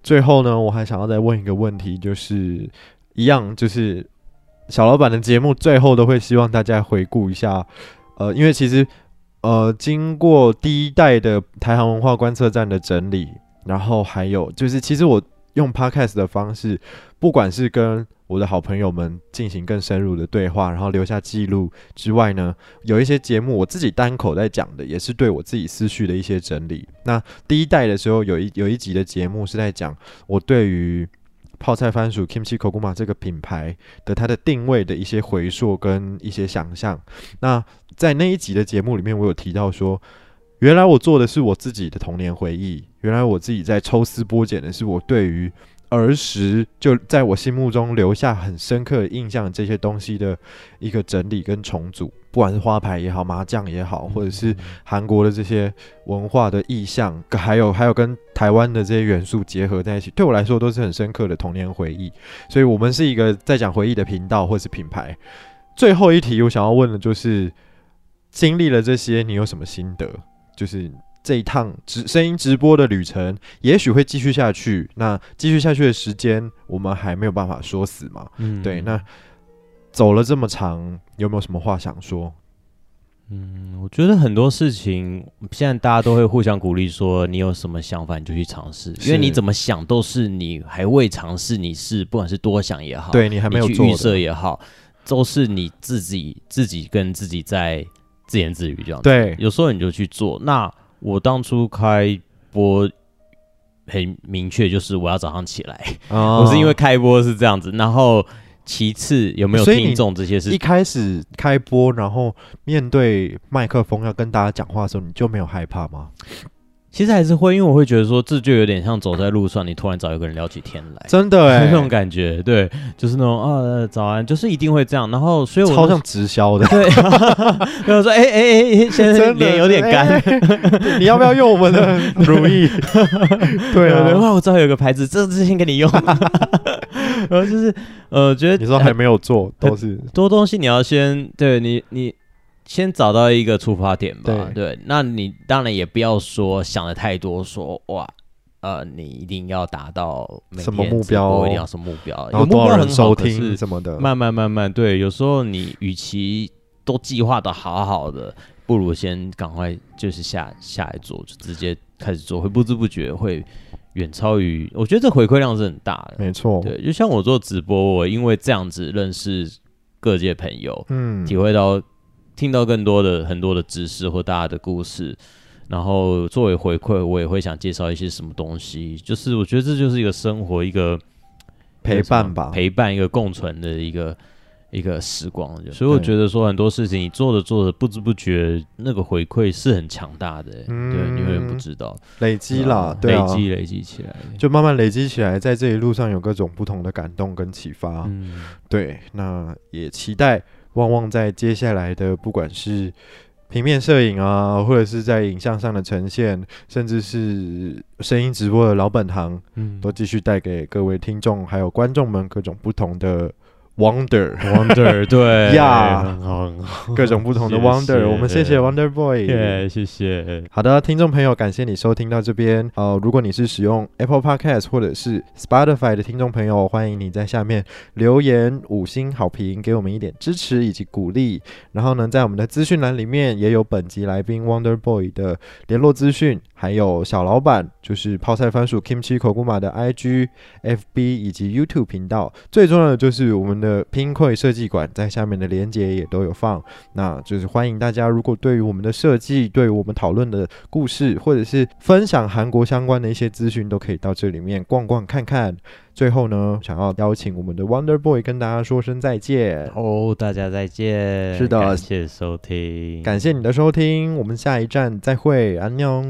Speaker 3: 最后呢，我还想要再问一个问题，就是一样，就是小老板的节目最后都会希望大家回顾一下，呃，因为其实呃，经过第一代的台航文化观测站的整理，然后还有就是，其实我用 podcast 的方式，不管是跟我的好朋友们进行更深入的对话，然后留下记录之外呢，有一些节目我自己单口在讲的，也是对我自己思绪的一些整理。那第一代的时候，有一有一集的节目是在讲我对于泡菜番薯 Kimchi Koguma 这个品牌的它的定位的一些回溯跟一些想象。那在那一集的节目里面，我有提到说，原来我做的是我自己的童年回忆，原来我自己在抽丝剥茧的是我对于儿时就在我心目中留下很深刻的印象的这些东西的一个整理跟重组，不管是花牌也好，麻将也好，或者是韩国的这些文化的意象，还有还有跟台湾的这些元素结合在一起，对我来说都是很深刻的童年回忆。所以，我们是一个在讲回忆的频道或是品牌。最后一题，我想要问的就是，经历了这些，你有什么心得？就是这一趟直声音直播的旅程，也许会继续下去。那继续下去的时间，我们还没有办法说死嘛？
Speaker 5: 嗯
Speaker 3: 对，那走了这么长，有没有什么话想说？
Speaker 5: 我觉得很多事情现在大家都会互相鼓励，说你有什么想法你就去尝试， 因为
Speaker 3: 是
Speaker 5: 你怎么想都是你还未尝试，你是不管是多想也好，
Speaker 3: 对你还没有
Speaker 5: 你去
Speaker 3: 做
Speaker 5: 预
Speaker 3: 的
Speaker 5: 设也好，都是你自己自己跟自己在自言自语这样子。，
Speaker 3: 对，
Speaker 5: 有时候你就去做。那我当初开播很明确，就是我要早上起来，
Speaker 3: 哦
Speaker 5: 我是因为开播是这样子，然后其次有没有
Speaker 3: 所以你
Speaker 5: 听众这些
Speaker 3: 一
Speaker 5: 是。
Speaker 3: 开始开播，然后面对麦克风要跟大家讲话的时候，你就没有害怕吗？
Speaker 5: 其实还是会，因为我会觉得说，这就有点像走在路上，你突然找一个人聊起天来，
Speaker 3: 真的哎、
Speaker 5: 那种感觉，对，就是那种啊、呃早安，就是一定会这样。然后，所以我
Speaker 3: 超
Speaker 5: 那，
Speaker 3: 像直销的
Speaker 5: 对，然后说，哎哎哎，现 在
Speaker 3: 真的
Speaker 5: 脸有点干，
Speaker 3: 哎 你要不要用我们 的如意？对
Speaker 5: 对
Speaker 3: 啊，
Speaker 5: 哇，我知道有个牌子，这之前 给你用。然后就是呃，觉得
Speaker 3: 你说还没有做，都是
Speaker 5: 很多东西你要先对你你先找到一个出发点吧。对，那你当然也不要说想的太多，说哇。呃，你一定要达到每
Speaker 3: 什么
Speaker 5: 天
Speaker 3: 目
Speaker 5: 直播
Speaker 3: 标
Speaker 5: 一定要什么目标，
Speaker 3: 然
Speaker 5: 有
Speaker 3: 后
Speaker 5: 目
Speaker 3: 多
Speaker 5: 标
Speaker 3: 少
Speaker 5: 很
Speaker 3: 人
Speaker 5: 好
Speaker 3: 收
Speaker 5: 可是
Speaker 3: 听什么的，
Speaker 5: 慢慢慢慢，对，有时候你与其都计划的好好的，不如先赶快就是下下来做，就直接开始做，会不知不觉会远超于，我觉得这回馈量是很大的。
Speaker 3: 没错，
Speaker 5: 对，就像我做直播，我因为这样子认识各界朋友，
Speaker 3: 嗯，
Speaker 5: 体会到听到更多的很多的知识或大家的故事。然后作为回馈，我也会想介绍一些什么东西，就是我觉得这就是一个生活，一个
Speaker 3: 陪伴吧，
Speaker 5: 陪伴一个共存的一个一个时光。我觉得所以我觉得说很多事情你做着做着，不知不觉那个回馈是很强大的、
Speaker 3: 嗯
Speaker 5: 对你永远不知道
Speaker 3: 累积啦，对
Speaker 5: 累
Speaker 3: 啊，
Speaker 5: 积累积起来。
Speaker 3: 就慢慢累积起来，在这一路上有各种不同的感动跟启发，
Speaker 5: 嗯，
Speaker 3: 对，那也期待旺旺在接下来的不管是平面摄影啊，或者是在影像上的呈现，甚至是声音直播的老本行，
Speaker 5: 嗯
Speaker 3: 都继续带给各位听众还有观众们各种不同的 wonder，
Speaker 5: ，Wonder，对
Speaker 3: 嗯呀
Speaker 5: 很好，很好，
Speaker 3: 各种不同的
Speaker 5: 谢
Speaker 3: wonder。
Speaker 5: 谢
Speaker 3: 我们谢谢 Wonder Boy。
Speaker 5: 耶， 谢谢，
Speaker 3: 好的，听众朋友，感谢你收听到这边。呃，如果你是使用 Apple Podcast 或者是 Spotify 的听众朋友，欢迎你在下面留言五星好评，给我们一点支持以及鼓励。然后呢，在我们的资讯栏里面也有本集来宾 Wonder Boy 的联络资讯，还有小老板就是泡菜番薯 Kimchi 口古马的 IG、FB 以及 YouTube 频道。最重要的就是我们的拼会设计馆，在下面的连接也都有放。那就是欢迎大家，如果对于我们的设计、对于我们讨论的故事，或者是分享韩国相关的一些资讯，都可以到这里面逛逛看看。最后呢，想要邀请我们的 Wonder Boy 跟大家说声再见，
Speaker 4: 哦，大家再见。
Speaker 3: 是的
Speaker 4: 感
Speaker 5: 谢谢收听，
Speaker 3: 感谢你的收听，我们下一站再会，安妞。